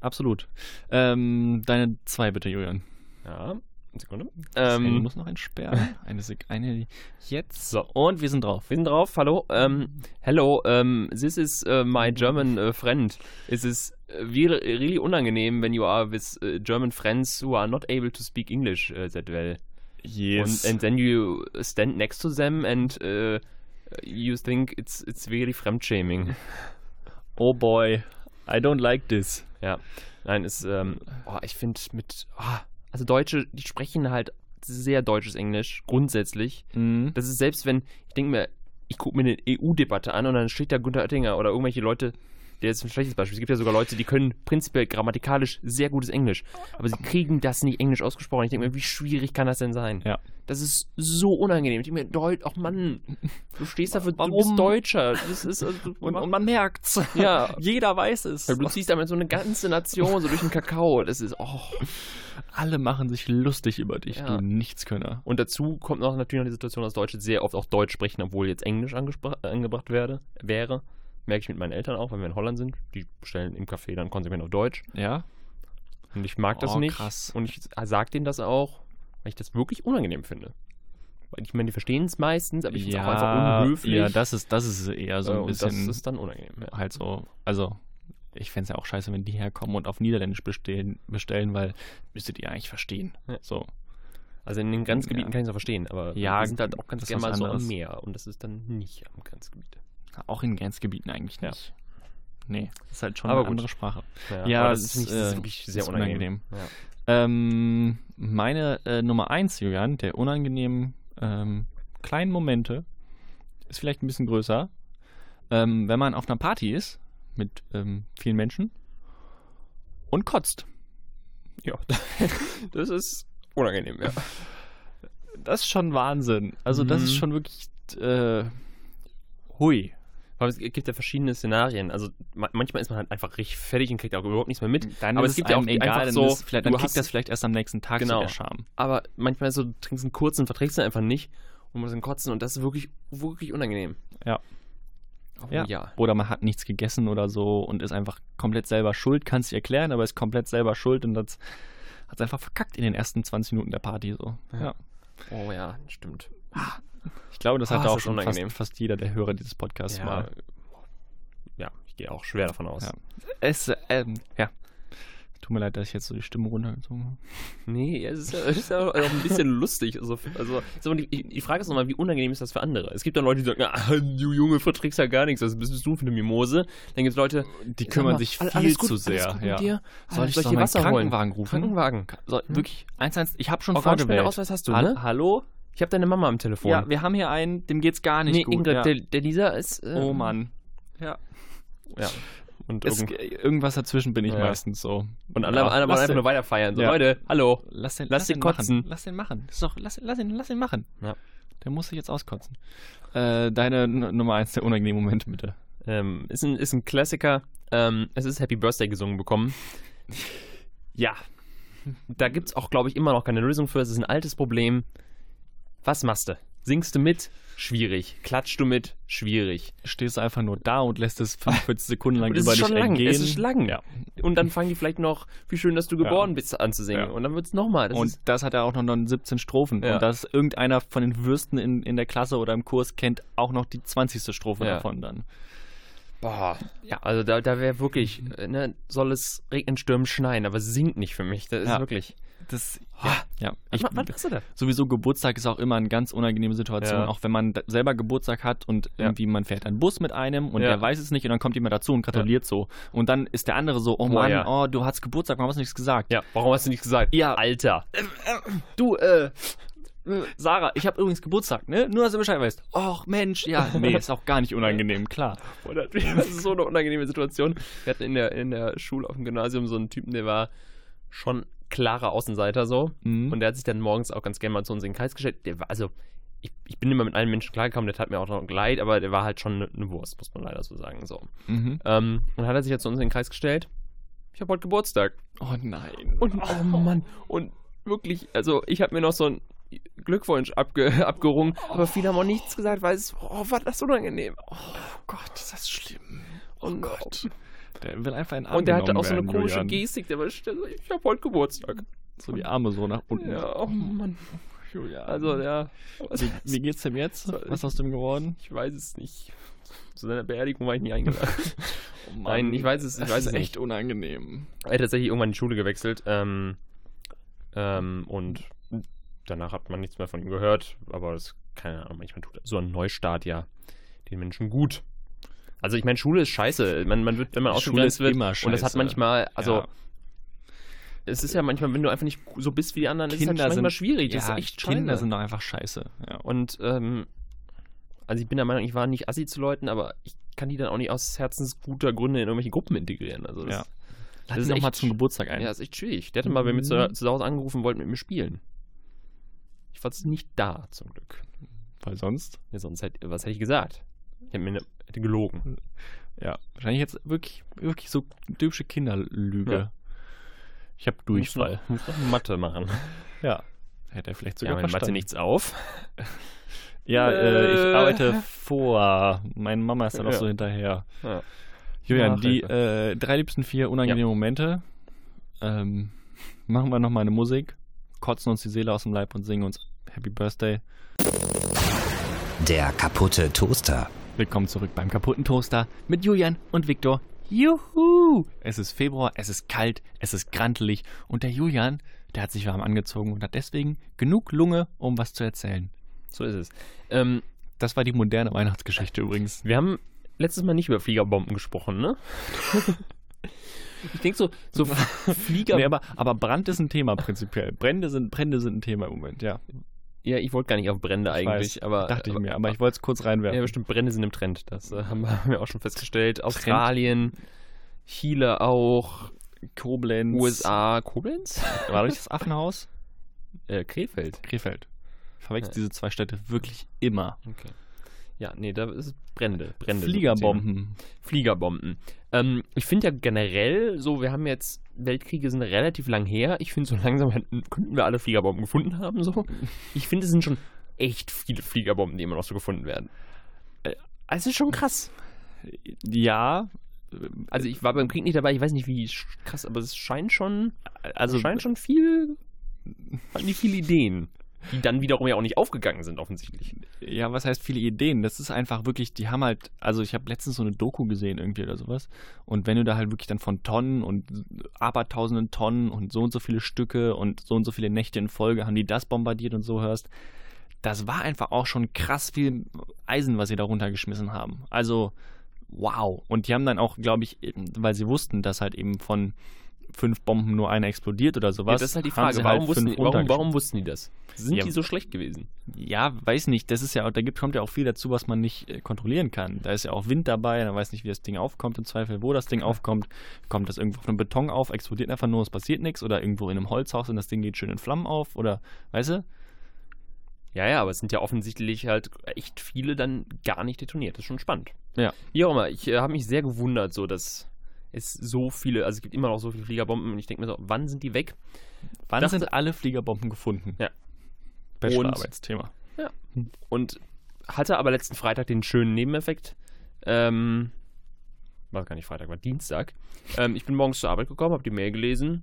B: absolut. Ähm, deine zwei bitte, Julian.
C: Ja, eine Sekunde.
B: Das
C: Ähm,
B: Handy muss noch entsperren. Eine, Sek eine jetzt.
C: So.
B: Und wir sind drauf.
C: Wir sind drauf, hallo. Ähm, hello, ähm, this is äh, my German äh, friend. It is äh, really, really unangenehm when you are with äh, German friends who are not able to speak English äh, that well. Und and then you stand next to them and äh, you think it's, it's really fremdshaming.
B: oh boy, I don't like this.
C: Nein, ist, ähm, oh, ich finde mit, ah, also Deutsche, die sprechen halt sehr deutsches Englisch, grundsätzlich.
B: Mhm.
C: Das ist selbst, wenn, ich denke mir, ich gucke mir eine EU-Debatte an und dann steht da Günther Oettinger oder irgendwelche Leute, der ist ein schlechtes Beispiel. Es gibt ja sogar Leute, die können prinzipiell grammatikalisch sehr gutes Englisch, aber sie kriegen das nicht englisch ausgesprochen. Ich denke mir, wie schwierig kann das denn sein?
B: Ja.
C: Das ist so unangenehm. Ich denke mir, Deut, ach Mann, du stehst dafür,
B: Warum?
C: du bist Deutscher. Das ist, also, du-
B: Und, und man merkt's.
C: ja,
B: Jeder weiß es.
C: weil du ziehst damit so eine ganze Nation so durch den Kakao. Das ist, oh.
B: Alle machen sich lustig über dich,
C: Ja.
B: du Nichtskönner.
C: Und dazu kommt noch natürlich noch die Situation, dass Deutsche sehr oft auch Deutsch sprechen, obwohl jetzt Englisch angespr- angebracht werde, wäre. Merke ich mit meinen Eltern auch, wenn wir in Holland sind. Die bestellen im Café dann konsequent auf Deutsch.
B: Ja?
C: Und ich mag das
B: Oh,
C: nicht.
B: krass.
C: Und ich sage denen das auch, weil ich das wirklich unangenehm finde. Weil ich meine, die verstehen es meistens, aber ich finde es auch einfach unhöflich.
B: Ja, das ist, das ist eher so
C: Äh,
B: ein
C: und
B: bisschen.
C: das ist dann unangenehm. Ja.
B: halt so, also ich fände es ja auch scheiße, wenn die herkommen und auf Niederländisch bestellen, bestellen weil müsstet ihr eigentlich verstehen.
C: Ja.
B: So.
C: Also in den Grenzgebieten
B: Ja.
C: kann ich es auch verstehen, aber
B: Ja,
C: wir sind halt auch ganz
B: das ist
C: gerne
B: was
C: mal so am
B: anderes.
C: Meer und das ist dann nicht am Grenzgebiet.
B: Auch in Grenzgebieten eigentlich
C: Ja.
B: nicht. Nee, ist halt schon
C: Aber
B: eine
C: gut.
B: andere Sprache. Ja,
C: ja aber
B: es
C: das, ist, nicht, das
B: ist,
C: ist
B: äh,
C: wirklich sehr
B: ist
C: unangenehm. Ja.
B: Ähm, meine äh, Nummer eins, Julian, der unangenehmen ähm, kleinen Momente, ist vielleicht ein bisschen größer. Ähm, wenn man auf einer Party ist mit ähm, vielen Menschen und kotzt.
C: Ja, das ist unangenehm, ja.
B: Das ist schon Wahnsinn. Also das ist
C: Mhm.
B: schon wirklich äh, hui.
C: Aber es gibt ja verschiedene Szenarien. Also ma- manchmal ist man halt einfach richtig fertig und kriegt auch überhaupt nichts mehr mit.
B: Dann
C: Aber
B: ist
C: es gibt ja auch
B: einem
C: die
B: egal,
C: einfach
B: dann,
C: so,
B: ist vielleicht, dann
C: du
B: kriegt
C: hast-
B: das vielleicht erst am nächsten Tag so
C: Genau.
B: der Charme.
C: Aber manchmal ist so, du trinkst einen kurzen, verträgst ihn einfach nicht und musst dann kotzen und das ist wirklich, wirklich unangenehm.
B: Ja.
C: Oh,
B: Ja.
C: ja.
B: Oder man hat nichts gegessen oder so und ist einfach komplett selber schuld, kann es erklären, aber ist komplett selber schuld und das hat einfach verkackt in den ersten 20 Minuten der Party so. Ja.
C: Ja. Oh ja, stimmt.
B: Ich glaube, das
C: Ah,
B: hat
C: ist
B: auch
C: das
B: schon fast,
C: unangenehm.
B: fast jeder der Hörer dieses Podcasts mal.
C: ja, ich gehe auch schwer davon aus.
B: Ja. Es, ähm, ja. Tut mir leid, dass ich jetzt so die Stimme runtergezogen habe.
C: Nee, ja, es ist ja, es ist ja auch ein bisschen lustig. Also, also, ist aber die, die Frage ist nochmal, wie unangenehm ist das für andere? Es gibt dann Leute, die sagen, ah, du Junge, verträgst ja gar nichts, was bist du für eine Mimose? Dann gibt es Leute,
B: Die
C: sag
B: kümmern
C: mal,
B: sich
C: all-
B: viel
C: alles gut,
B: zu
C: alles
B: sehr.
C: gut mit
B: ja. Soll
C: dir? Äh,
B: ich
C: Ah, Soll
B: doch
C: ich
B: mal
C: dir
B: einen
C: Wasser holen? Hm? Oh
B: Krankenwagen rufen?
C: Krankenwagen.
B: Soll, Wirklich, 110, ich habe schon vorgewählt.
C: Organspendeausweis hast du,
B: Hall-
C: ne?
B: Hallo?
C: Ich habe deine Mama am Telefon.
B: Ja, wir haben hier einen, dem geht's gar nicht
C: nee,
B: gut.
C: Ingrid,
B: ja.
C: der, der Lisa ist... äh,
B: oh Mann. Ja.
C: Ja. Und, um-
B: Es,
C: irgend-
B: irgendwas dazwischen bin ich
C: Ja.
B: meistens so.
C: und alle,
B: Ja.
C: alle wollen
B: Lass
C: einfach
B: den-
C: nur weiter feiern. So,
B: Ja.
C: Leute, hallo.
B: Lass den,
C: Lass
B: den
C: den
B: machen.
C: kotzen.
B: Lass den machen. Ist doch, lass, lass, ihn, lass ihn machen.
C: Ja.
B: Der muss sich jetzt auskotzen. Äh, deine N Nummer eins der unangenehmen Momente, bitte.
C: Ähm, ist, ein, ist ein Klassiker. Ähm, es ist Happy Birthday gesungen bekommen.
B: Ja.
C: Da gibt es auch, glaube ich, immer noch keine Lösung für. Es ist ein altes Problem. Was machst du? Singst du mit? Schwierig. Klatschst du mit? Schwierig.
B: Stehst du einfach nur da und lässt es 45 Sekunden lang
C: Und
B: über dich ergehen.
C: Es ist lang.
B: Ja.
C: Und dann fangen die vielleicht noch, wie schön, dass du geboren bist, anzusingen.
B: Ja.
C: Und dann wird es nochmal.
B: und das hat er auch noch 17 Strophen.
C: Ja.
B: Und dass irgendeiner von den Würsten in, in der Klasse oder im Kurs kennt auch noch die 20. Strophe
C: Ja.
B: davon dann.
C: Boah. Ja, also da, da wäre wirklich, äh, ne, soll es regnen, stürmen, schneien, aber singt nicht für mich. Das ist
B: Ja.
C: wirklich.
B: Das,
C: Ah,
B: ja. Ich,
C: wann machst du das?
B: sowieso Geburtstag ist auch immer eine ganz unangenehme Situation,
C: Ja.
B: auch wenn man da- selber Geburtstag hat und
C: Ja.
B: irgendwie man fährt einen Bus mit einem und
C: Ja.
B: der weiß es nicht und dann kommt jemand dazu und gratuliert so. Und dann ist der andere so, oh Mann,
C: ja.
B: oh, du hast Geburtstag, warum hast du nichts gesagt?
C: Ja, warum hast du nicht gesagt?
B: Ja.
C: Alter.
B: Du, äh, äh, Sarah, ich habe übrigens Geburtstag, ne? Nur, dass du Bescheid weißt. Och, Mensch, ja. Nee, ist auch gar nicht unangenehm, klar.
C: Boah, das Oh, das ist so eine unangenehme Situation. Wir hatten in der, in der Schule auf dem Gymnasium so einen Typen, der war schon klarer Außenseiter so.
B: Mhm.
C: Und der hat sich dann morgens auch ganz gerne mal zu uns in den Kreis gestellt. Der war, also, ich, ich bin immer mit allen Menschen klargekommen, der tat mir auch noch leid, aber der war halt schon eine ne Wurst, muss man leider so sagen. So.
B: Mhm.
C: Ähm, und hat er sich jetzt zu uns in den Kreis gestellt. Ich habe heute Geburtstag.
B: Oh nein.
C: Und oh Mann, und wirklich, also ich habe mir noch so einen Glückwunsch abge abgerungen, aber viele haben auch nichts gesagt, weil es, oh, war das unangenehm. Oh Gott,
B: ist das schlimm.
C: und,
B: Der will einfach einen Arm
C: Und der hatte
B: genommen
C: auch so eine
B: werden,
C: komische
B: Julian.
C: Gestik, der war still, ich habe heute Geburtstag.
B: So die Arme so nach unten.
C: Ja, oh Mann.
B: Julian.
C: Also, ja,
B: Wie, wie geht's dem jetzt?
C: Soll ich-
B: Was ist aus dem geworden?
C: ich weiß es nicht. Zu seiner Beerdigung war ich nicht eingeladen.
B: Oh
C: Nein, ich weiß es, ich
B: das
C: weiß
B: ist
C: es
B: echt
C: nicht.
B: unangenehm.
C: Er hat tatsächlich irgendwann die Schule gewechselt ähm, ähm, und danach hat man nichts mehr von ihm gehört, aber das, keine Ahnung, manchmal tut so ein Neustart ja den Menschen gut. Also ich meine, Schule ist scheiße. Man, man wird, wenn man
B: Schule
C: ausgegrenzt
B: ist
C: wird,
B: immer
C: und das hat
B: scheiße.
C: manchmal, also
B: Ja.
C: es ist ja manchmal, wenn du einfach nicht so bist wie die anderen, ist es
B: Kinder
C: halt manchmal
B: sind-
C: schwierig. Das
B: ja,
C: ist echt
B: Kinder
C: scheiße.
B: sind doch einfach scheiße. Ja.
C: Und ähm, also ich bin der Meinung, ich war nicht assi zu Leuten, aber ich kann die dann auch nicht aus herzensguter Gründe in irgendwelche Gruppen integrieren. Also das,
B: Ja.
C: das
B: Lad ihn doch mal
C: echt-
B: zum Geburtstag ein.
C: Ja, ist echt schwierig. Der hatte mal bei mir zu,
B: Mhm.
C: zu Hause angerufen, wollte mit mir spielen. Ich war jetzt nicht da, zum Glück.
B: Weil sonst?
C: Ja, sonst hätte, was hätte ich gesagt? Ich hätte, mir ne, hätte gelogen.
B: Ja. Wahrscheinlich jetzt wirklich, wirklich so typische Kinderlüge.
C: Ja.
B: Ich habe Durchfall.
C: Muss noch, muss noch Mathe machen.
B: Ja. Hätte er vielleicht
C: Ja,
B: sogar
C: meine Mathe
B: verstanden.
C: nichts auf.
B: Ja, äh, ich
C: Äh.
B: arbeite vor. Meine Mama ist da noch
C: Ja.
B: so hinterher.
C: Ja.
B: Julian,
C: Ach,
B: die äh,
C: Hilfe.
B: drei liebsten vier unangenehmen Momente. Ähm, machen wir nochmal eine Musik, kotzen uns die Seele aus dem Leib und singen uns Happy Birthday.
A: Der kaputte Toaster.
B: Willkommen zurück beim kaputten Toaster mit Julian und Viktor. Juhu! Es ist Februar, es ist kalt, es ist grantelig und der Julian, der hat sich warm angezogen und hat deswegen genug Lunge, um was zu erzählen.
C: So ist es. Ähm,
B: Das war die moderne Weihnachtsgeschichte übrigens.
C: wir haben letztes Mal nicht über Fliegerbomben gesprochen, ne? ich denke so, so Flieger...
B: Nee, aber, aber Brand ist ein Thema prinzipiell. Brände sind, Brände sind ein Thema im Moment, ja.
C: Ja, ich wollte gar nicht auf Brände
B: Ich
C: eigentlich,
B: weiß,
C: aber...
B: Dachte ich
C: aber,
B: mir, aber ich wollte es kurz
C: Ja,
B: reinwerfen.
C: bestimmt, Brände sind im Trend. Das äh, haben wir haben wir auch schon festgestellt. Australien, Chile auch,
B: Koblenz.
C: USA, Koblenz?
B: War das das Affenhaus?
C: Äh, Krefeld.
B: Krefeld. Verwechselt diese zwei Städte wirklich immer.
C: Okay. Ja, nee, da ist es Brände. Brände sind
B: Fliegerbomben.
C: ein Thema. Fliegerbomben. Ähm, ich finde ja generell so, wir haben jetzt, Weltkriege sind relativ lang her. Ich finde, so langsam hätten, könnten wir alle Fliegerbomben gefunden haben. So. Ich finde, es sind schon echt viele Fliegerbomben, die immer noch so gefunden werden. Äh, Es ist schon krass.
B: Ja,
C: Also ich war beim Krieg nicht dabei, ich weiß nicht wie sch- krass, aber es scheint schon
B: also
C: scheint schon viel. Hatten die viele Ideen. die dann wiederum ja auch nicht aufgegangen sind, offensichtlich.
B: Ja, was heißt viele Ideen? Das ist einfach wirklich, die haben halt, also ich habe letztens so eine Doku gesehen irgendwie oder sowas. Und wenn du da halt wirklich dann von Tonnen und abertausenden Tonnen und so und so viele Stücke und so und so viele Nächte in Folge haben die das bombardiert und so hörst, das war einfach auch schon krass viel Eisen, was sie da runtergeschmissen haben. Also, wow. Und die haben dann auch, glaube ich, eben, weil sie wussten, dass halt eben von fünf Bomben nur eine explodiert oder sowas.
C: das ist halt die
B: haben sie
C: Frage, warum,
B: halt
C: wussten,
B: fünf
C: die- warum,
B: runtergeschmissen.
C: warum wussten die das? Sind
B: Ja.
C: die so schlecht gewesen?
B: Ja, weiß nicht. Das ist ja, auch- da gibt, kommt ja auch viel dazu, was man nicht äh, kontrollieren kann. Da ist ja auch Wind dabei, man weiß nicht, wie das Ding aufkommt, im Zweifel, wo das Ding aufkommt. Kommt das irgendwo auf einem Beton auf, explodiert einfach nur, es passiert nichts, oder irgendwo in einem Holzhaus und das Ding geht schön in Flammen auf, oder, weißt du?
C: Ja, ja, aber es sind ja offensichtlich halt echt viele dann gar nicht detoniert. Das ist schon spannend.
B: Ja.
C: Wie auch immer, ich äh, habe mich sehr gewundert, so dass es so viele, also es gibt immer noch so viele Fliegerbomben und ich denke mir so, wann sind die weg?
B: Wann
C: Dachte-
B: sind alle Fliegerbomben gefunden?
C: Ja.
B: Bachelorarbeitsthema.
C: Und hatte aber letzten Freitag den schönen Nebeneffekt. Ähm, war gar nicht Freitag, war Dienstag. Ähm, ich bin morgens zur Arbeit gekommen, habe die Mail gelesen.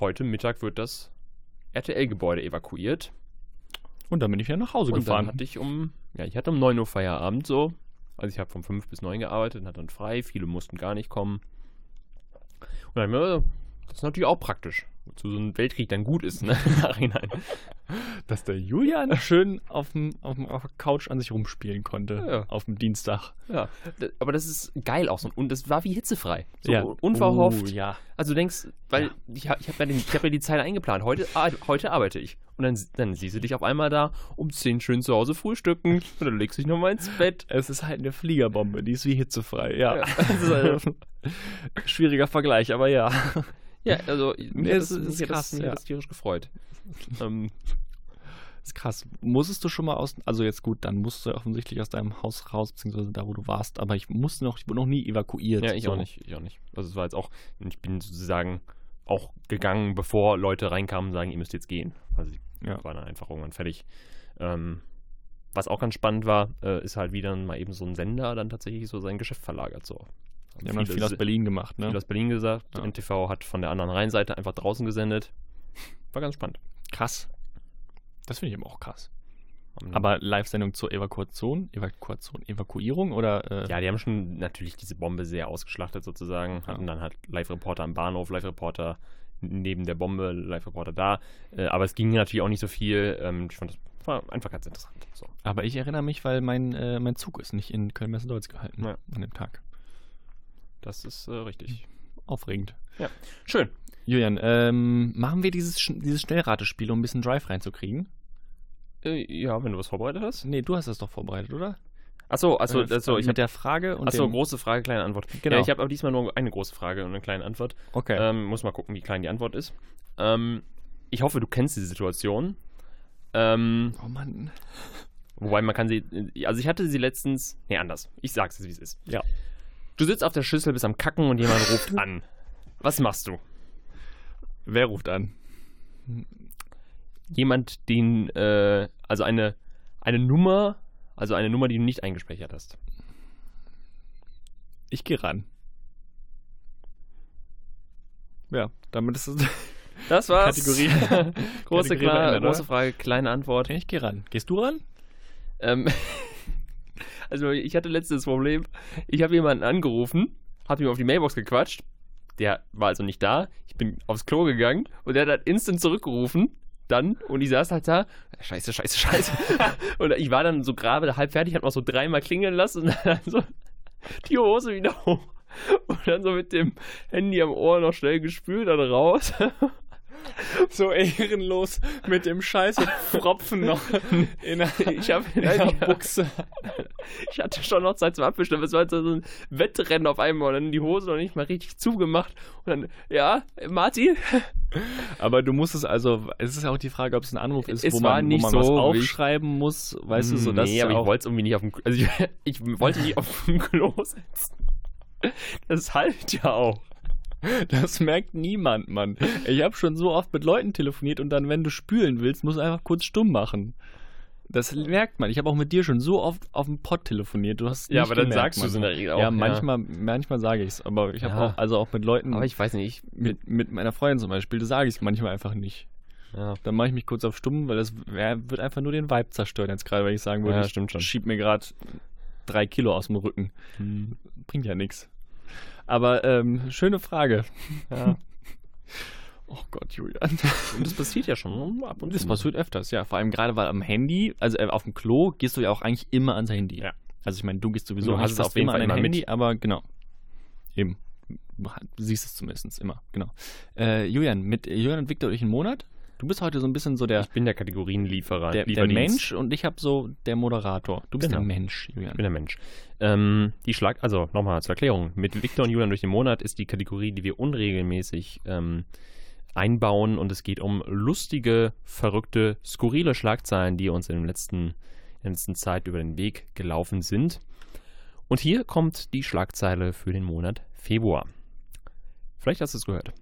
C: Heute Mittag wird das RTL-Gebäude evakuiert.
B: Und dann bin ich wieder nach Hause
C: und dann
B: gefahren.
C: hatte ich um, ja, ich hatte um 9 Uhr Feierabend so. Also ich habe von 5 bis 9 gearbeitet und hatte dann frei. Viele mussten gar nicht kommen. Und dann, äh, das ist natürlich auch praktisch. Wozu so ein Weltkrieg dann gut ist, ne? Im Nachhinein.
B: dass der Julian schön auf, dem, auf, dem, auf der Couch an sich rumspielen konnte.
C: Ja.
B: Auf dem Dienstag.
C: Ja. d- Aber das ist geil auch. so. Und das war wie hitzefrei. So
B: Ja.
C: unverhofft.
B: Uh, ja.
C: Also du denkst, weil
B: Ja.
C: ich, ha- ich habe ja, den- ich hab ja die Zeit eingeplant. Heute, ar- heute arbeite ich. Und dann, dann siehst du dich auf einmal da um 10 schön zu Hause frühstücken. Und dann legst du dich nochmal ins Bett.
B: Es ist halt eine Fliegerbombe, die ist wie hitzefrei, ja.
C: Ja. Das ist halt-
B: Schwieriger Vergleich, aber ja.
C: Ja, also
B: Nee,
C: mir hat
B: es
C: das,
B: ist- ist
C: mich hat
B: krass,
C: das, mich
B: ja.
C: hat das tierisch gefreut.
B: ähm, ist krass. Musstest du schon mal aus, also jetzt gut, dann musst du ja offensichtlich aus deinem Haus raus, beziehungsweise da, wo du warst, aber ich musste noch, ich wurde noch nie evakuiert.
C: Ja, ich
B: so.
C: auch nicht, ich auch nicht. Also es war jetzt auch, ich bin sozusagen auch gegangen, bevor Leute reinkamen und sagen, ihr müsst jetzt gehen. Also ich
B: Ja.
C: war dann einfach irgendwann fertig. Ähm, was auch ganz spannend war, äh, ist halt wieder mal eben so ein Sender dann tatsächlich so sein Geschäft verlagert. So.
B: Die haben dann viel aus
C: Berlin.
B: Berlin gemacht, ne?
C: Viel aus Berlin gesagt.
B: Ja.
C: NTV hat von der anderen Rheinseite einfach draußen gesendet. War ganz spannend.
B: krass. Mhm. Das finde ich eben auch krass.
C: Haben-
B: Aber Live-Sendung zur Evakuation, Evakuation, Evakuierung oder? Äh,
C: Ja, die haben schon natürlich diese Bombe sehr ausgeschlachtet sozusagen. Hatten dann halt Live-Reporter am Bahnhof, Live-Reporter neben der Bombe, Live-Reporter da. Äh, aber es ging natürlich auch nicht so viel. Ähm, ich fand das war einfach ganz interessant. So.
B: Aber ich erinnere mich, weil mein, äh, mein Zug ist nicht in Köln-Messendorf gehalten
C: Ja.
B: an dem Tag.
C: Das ist äh, richtig.
B: Mhm. Aufregend.
C: Schön.
B: Julian, ähm, machen wir dieses, Sch- dieses Schnellratespiel, um ein bisschen Drive reinzukriegen?
C: Äh, ja, wenn du was vorbereitet hast.
B: Nee, du hast das doch vorbereitet, oder?
C: Achso, achso,
B: Äh,
C: achso ich
B: mit
C: habe.
B: der Frage und
C: Achso,
B: dem,
C: große Frage, kleine Antwort.
B: Genau.
C: Ja, ich habe aber diesmal nur eine große Frage und eine kleine Antwort.
B: Okay.
C: Ähm, muss mal gucken, wie klein die Antwort ist. Ähm, ich hoffe, du kennst die Situation. Ähm,
B: oh Mann.
C: Wobei man kann sie. Also ich hatte sie letztens. Nee, anders. Ich sag's jetzt, wie es ist.
B: Ja.
C: Du sitzt auf der Schüssel, bist am Kacken und jemand ruft an. Was machst du?
B: Wer ruft an?
C: Jemand, den, äh, also eine, eine Nummer, also eine Nummer, die du nicht eingespeichert hast.
B: Ich gehe ran. Ja, damit ist es.
C: Das war's.
B: Kategorie-
C: große,
B: Kategorie
C: klar-
B: beendet, oder?
C: große Frage, kleine Antwort.
B: ich gehe ran. Gehst du ran?
C: Ähm, also ich hatte letztes Problem. Ich habe jemanden angerufen, habe ihm auf die Mailbox gequatscht. Der war also nicht da. Ich bin aufs Klo gegangen und der hat halt instant zurückgerufen. Dann und ich saß halt da. Scheiße, scheiße, scheiße. und ich war dann so gerade halb fertig, hat noch so dreimal klingeln lassen und dann so die Hose wieder hoch. Und dann so mit dem Handy am Ohr noch schnell gespült, dann raus.
B: So ehrenlos mit dem scheiße Pfropfen noch in der,
C: Ich habe Ich hatte schon noch Zeit zum Abwischen, aber es war halt so ein Wettrennen auf einmal und dann die Hose noch nicht mal richtig zugemacht. Und dann, ja, Martin,
B: Aber du musst es also, es ist ja auch die Frage, ob es ein Anruf ist,
C: Es
B: wo
C: war
B: man,
C: nicht
B: wo man
C: so
B: was
C: wichtig.
B: aufschreiben muss, weißt du, so das
C: nee,
B: ist ja
C: aber ich
B: auch,
C: wollte es irgendwie nicht auf dem Klo. Also ich, ich wollte nicht auf dem Klo sitzen. Das haltet ja auch.
B: das merkt niemand, Mann. Ich habe schon so oft mit Leuten telefoniert und dann, wenn du spülen willst, musst du einfach kurz stumm machen. Das merkt man. Ich habe auch mit dir schon so oft auf dem Pott telefoniert. Du hast
C: Ja,
B: nicht
C: aber dann
B: gemerkt,
C: sagst du es in
B: Mann.
C: der Regel auch.
B: Ja, manchmal, manchmal sage ich es, aber ich habe
C: Ja.
B: auch, also auch mit Leuten,
C: Aber ich weiß nicht, ich,
B: mit, mit meiner Freundin zum Beispiel, da sage ich es manchmal einfach nicht.
C: Ja.
B: Dann mache ich mich kurz auf stumm, weil das wär, wird einfach nur den Vibe zerstören jetzt gerade, wenn ich sagen würde,
C: Ja,
B: ich
C: stimmt schon.
B: schieb mir gerade drei Kilo aus dem Rücken.
C: Hm.
B: Bringt ja nichts. Aber ähm, schöne Frage.
C: Ja.
B: Oh Gott, Julian.
C: Und das passiert ja schon ab und
B: Das
C: zu.
B: passiert öfters, ja. Vor allem gerade, weil am Handy, also äh, auf dem Klo, gehst du ja auch eigentlich immer ans Handy.
C: Ja.
B: Also ich meine, du gehst sowieso
C: Du hast
B: eigentlich
C: es auf
B: fast
C: jeden
B: immer
C: Fall
B: an dein
C: immer mit.
B: Handy, aber genau. Eben. Du siehst es zumindest immer, genau. Äh, Julian, mit Julian und Victor durch einen Monat. Du bist heute so ein bisschen so der,
C: Ich bin der Kategorienlieferer.
B: der, der
C: Lieferdienst.
B: Mensch und ich habe so der Moderator. Du bist
C: Genau.
B: der Mensch,
C: Ich
B: Julian.
C: bin der Mensch. Ähm, die Schlag, also nochmal zur Erklärung. Mit Victor und Julian durch den Monat ist die Kategorie, die wir unregelmäßig ähm, einbauen und es geht um lustige, verrückte, skurrile Schlagzeilen, die uns in, den letzten, in der letzten Zeit über den Weg gelaufen sind. Und hier kommt die Schlagzeile für den Monat Februar. Vielleicht hast du es gehört.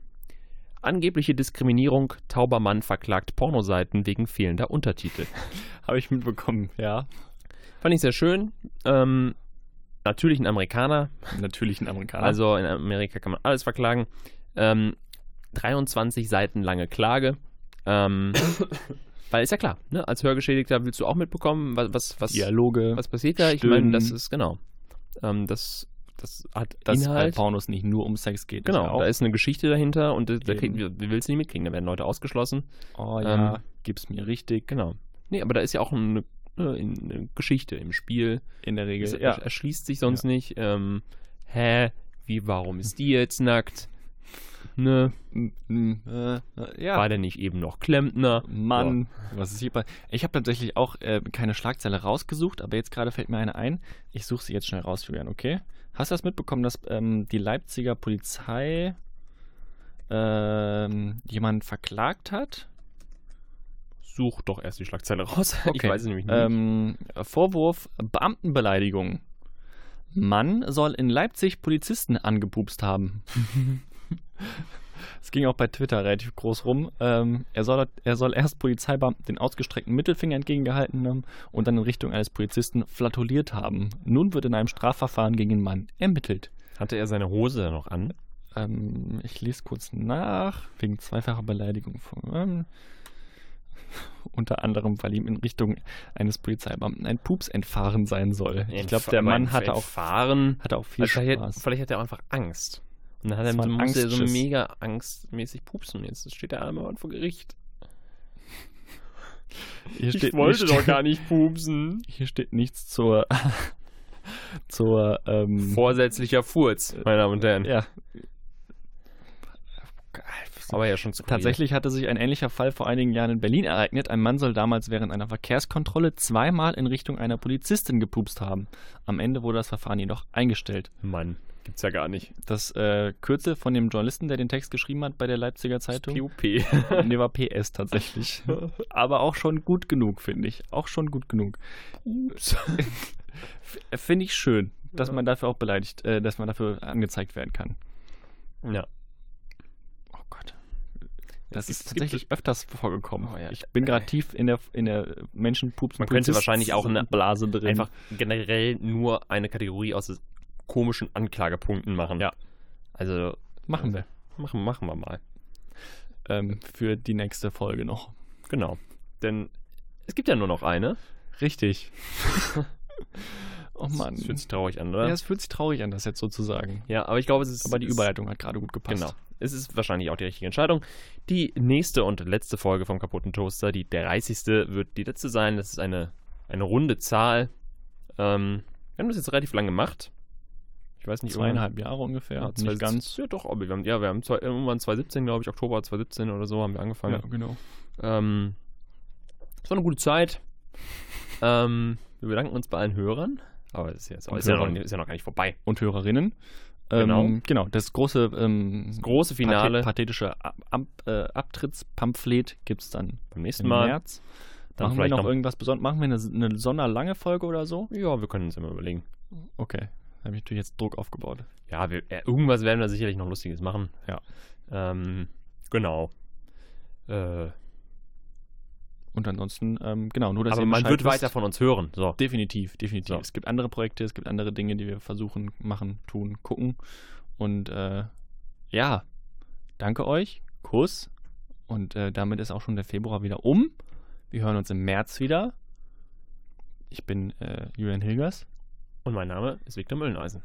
C: Angebliche Diskriminierung, tauber Mann verklagt Pornoseiten wegen fehlender Untertitel.
B: Habe ich mitbekommen, ja.
C: Fand ich sehr schön. Ähm, natürlich ein Amerikaner.
B: Natürlich ein Amerikaner. Also,
C: Also in Amerika kann man alles verklagen. Ähm, 23 Seiten lange Klage. Ähm, weil ist ja klar, ne? als Hörgeschädigter willst du auch mitbekommen, was, was, was,
B: Dialoge,
C: was passiert da. Ich
B: Stimmen.
C: meine, das ist genau. Ähm, das, das hat
B: dass bei
C: Inhalt.
B: Pornos nicht nur um Sex geht. ist ja
C: Genau,
B: auch.
C: da ist eine Geschichte dahinter und da, da
B: Eben.
C: krieg, willst du nicht mitkriegen, da werden Leute ausgeschlossen.
B: oh ja,
C: ähm,
B: gib's mir richtig.
C: Genau. Nee, aber da ist ja auch eine, ne, eine Geschichte im Spiel.
B: In der
C: Es
B: Regel,
C: ersch- erschließt sich sonst nicht. Ähm, hä, wie, warum ist die jetzt nackt? Ne,
B: Mm, mm, äh, äh, ja.
C: war der nicht eben noch Klempner?
B: Mann, was ist hier bei. Ich habe tatsächlich auch äh, keine Schlagzeile rausgesucht, aber jetzt gerade fällt mir eine ein. Ich suche sie jetzt schnell raus, Julian, okay? Hast du das mitbekommen, dass ähm, die Leipziger Polizei ähm, jemanden verklagt hat?
C: Such doch erst die Schlagzeile raus. Ich
B: Okay.
C: weiß es nämlich nicht.
B: Ähm, Vorwurf Beamtenbeleidigung. Mann soll in Leipzig Polizisten angepupst haben. Es ging auch bei Twitter relativ groß rum. Ähm, er, soll, er soll erst Polizeibeamten den ausgestreckten Mittelfinger entgegengehalten haben und dann in Richtung eines Polizisten flatuliert haben. Nun wird in einem Strafverfahren gegen den Mann ermittelt.
C: Hatte er seine Hose da noch an?
B: Ähm, ich lese kurz nach, wegen zweifacher Beleidigung von. Ähm, unter anderem, weil ihm in Richtung eines Polizeibeamten ein Pups entfahren sein soll. Ich glaube, der Mann hatte auch,
C: fahren.
B: hatte auch viel
C: Also vielleicht, hat-
B: Spaß.
C: vielleicht hat er auch einfach Angst. Und dann hat er,
B: Das war ein
C: muss er so
B: Angstschiss.
C: mega angstmäßig pupsen. Jetzt steht der arme Mann vor Gericht.
B: Hier steht- hier steht-
C: nicht pupsen.
B: Hier steht nichts zur. zur. Ähm,
C: Vorsätzlicher Furz, meine Damen und Herren.
B: ja. Äh,
C: Aber ja, schon zu
B: Tatsächlich hatte sich ein ähnlicher Fall vor einigen Jahren in Berlin ereignet. Ein Mann soll damals während einer Verkehrskontrolle zweimal in Richtung einer Polizistin gepupst haben. Am Ende wurde das Verfahren jedoch eingestellt.
C: Mann, gibt's ja gar nicht.
B: Das äh, Kürzel von dem Journalisten, der den Text geschrieben hat bei der Leipziger Zeitung,
C: PUP.
B: nee, war PS tatsächlich. Aber auch schon gut genug, finde ich. Auch schon gut genug. F- finde ich schön, dass man dafür auch beleidigt, äh, dass man dafür angezeigt werden kann.
C: Ja.
B: Oh Gott. Das
C: Es
B: ist
C: gibt-
B: tatsächlich öfters vorgekommen.
C: Oh ja.
B: Ich bin gerade tief in der, in der Menschenpups.
C: Man könnte wahrscheinlich auch eine
B: Blase drin.
C: einfach generell nur eine Kategorie aus komischen Anklagepunkten machen. Ja. Also
B: machen wir.
C: machen, machen wir mal.
B: Ähm, für die nächste Folge noch.
C: Genau. Denn es gibt ja nur noch eine.
B: Richtig. oh Mann.
C: Das fühlt sich traurig an, oder?
B: Ja, es fühlt sich traurig an, das jetzt so zu sagen.
C: Ja, aber ich glaube, es ist.
B: Aber die
C: es-
B: Überleitung hat gerade gut gepasst.
C: Genau. Es ist wahrscheinlich auch die richtige Entscheidung. Die nächste und letzte Folge vom kaputten Toaster, die 30. wird die letzte sein. Das ist eine, eine runde Zahl. Ähm, wir haben das jetzt relativ lang gemacht. Ich weiß nicht, irgendwann-
B: Zweieinhalb Jahre ungefähr.
C: Ja,
B: nicht ganz.
C: Ja, doch, aber wir haben, ja, wir haben zwei, irgendwann 2017, glaube ich, Oktober 2017 oder so haben wir
B: Ja,
C: angefangen.
B: genau.
C: Ähm, es war eine gute Zeit. Ähm, wir bedanken uns bei allen Hörern. Aber es ist, ja jetzt auch,
B: Und
C: ist, ja noch,
B: Hörern.
C: ist ja noch gar nicht vorbei.
B: Und Hörerinnen. Ähm,
C: Genau.
B: Genau, das große ähm, das
C: Große Finale
B: pathetische Ab Ab äh, Abtrittspamphlet gibt es dann
C: beim nächsten
B: im
C: Mal.
B: März.
C: Dann
B: machen wir
C: vielleicht
B: noch,
C: noch-
B: irgendwas Besonderes? Machen wir eine, eine sonderlange Folge oder so?
C: Ja, wir können uns immer überlegen.
B: Okay. Da habe ich natürlich jetzt Druck aufgebaut.
C: Ja, wir, äh, irgendwas werden wir sicherlich noch Lustiges machen.
B: Ja.
C: Ähm, genau. Äh,
B: Und ansonsten, ähm, genau, nur dass
C: aber
B: ihr
C: man
B: Bescheid
C: wird
B: wisst.
C: weiter von uns hören. So.
B: Definitiv, definitiv.
C: So.
B: Es gibt andere Projekte, es gibt andere Dinge, die wir versuchen, machen, tun, gucken. Und äh, ja, danke euch, Kuss Und äh, damit ist auch schon der Februar wieder um. Wir hören uns im März wieder. Ich bin äh, Julian Hilgers.
C: Und mein Name ist Viktor Mülleneisen.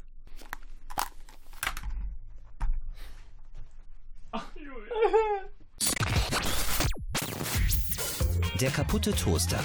A: Der kaputte Toaster.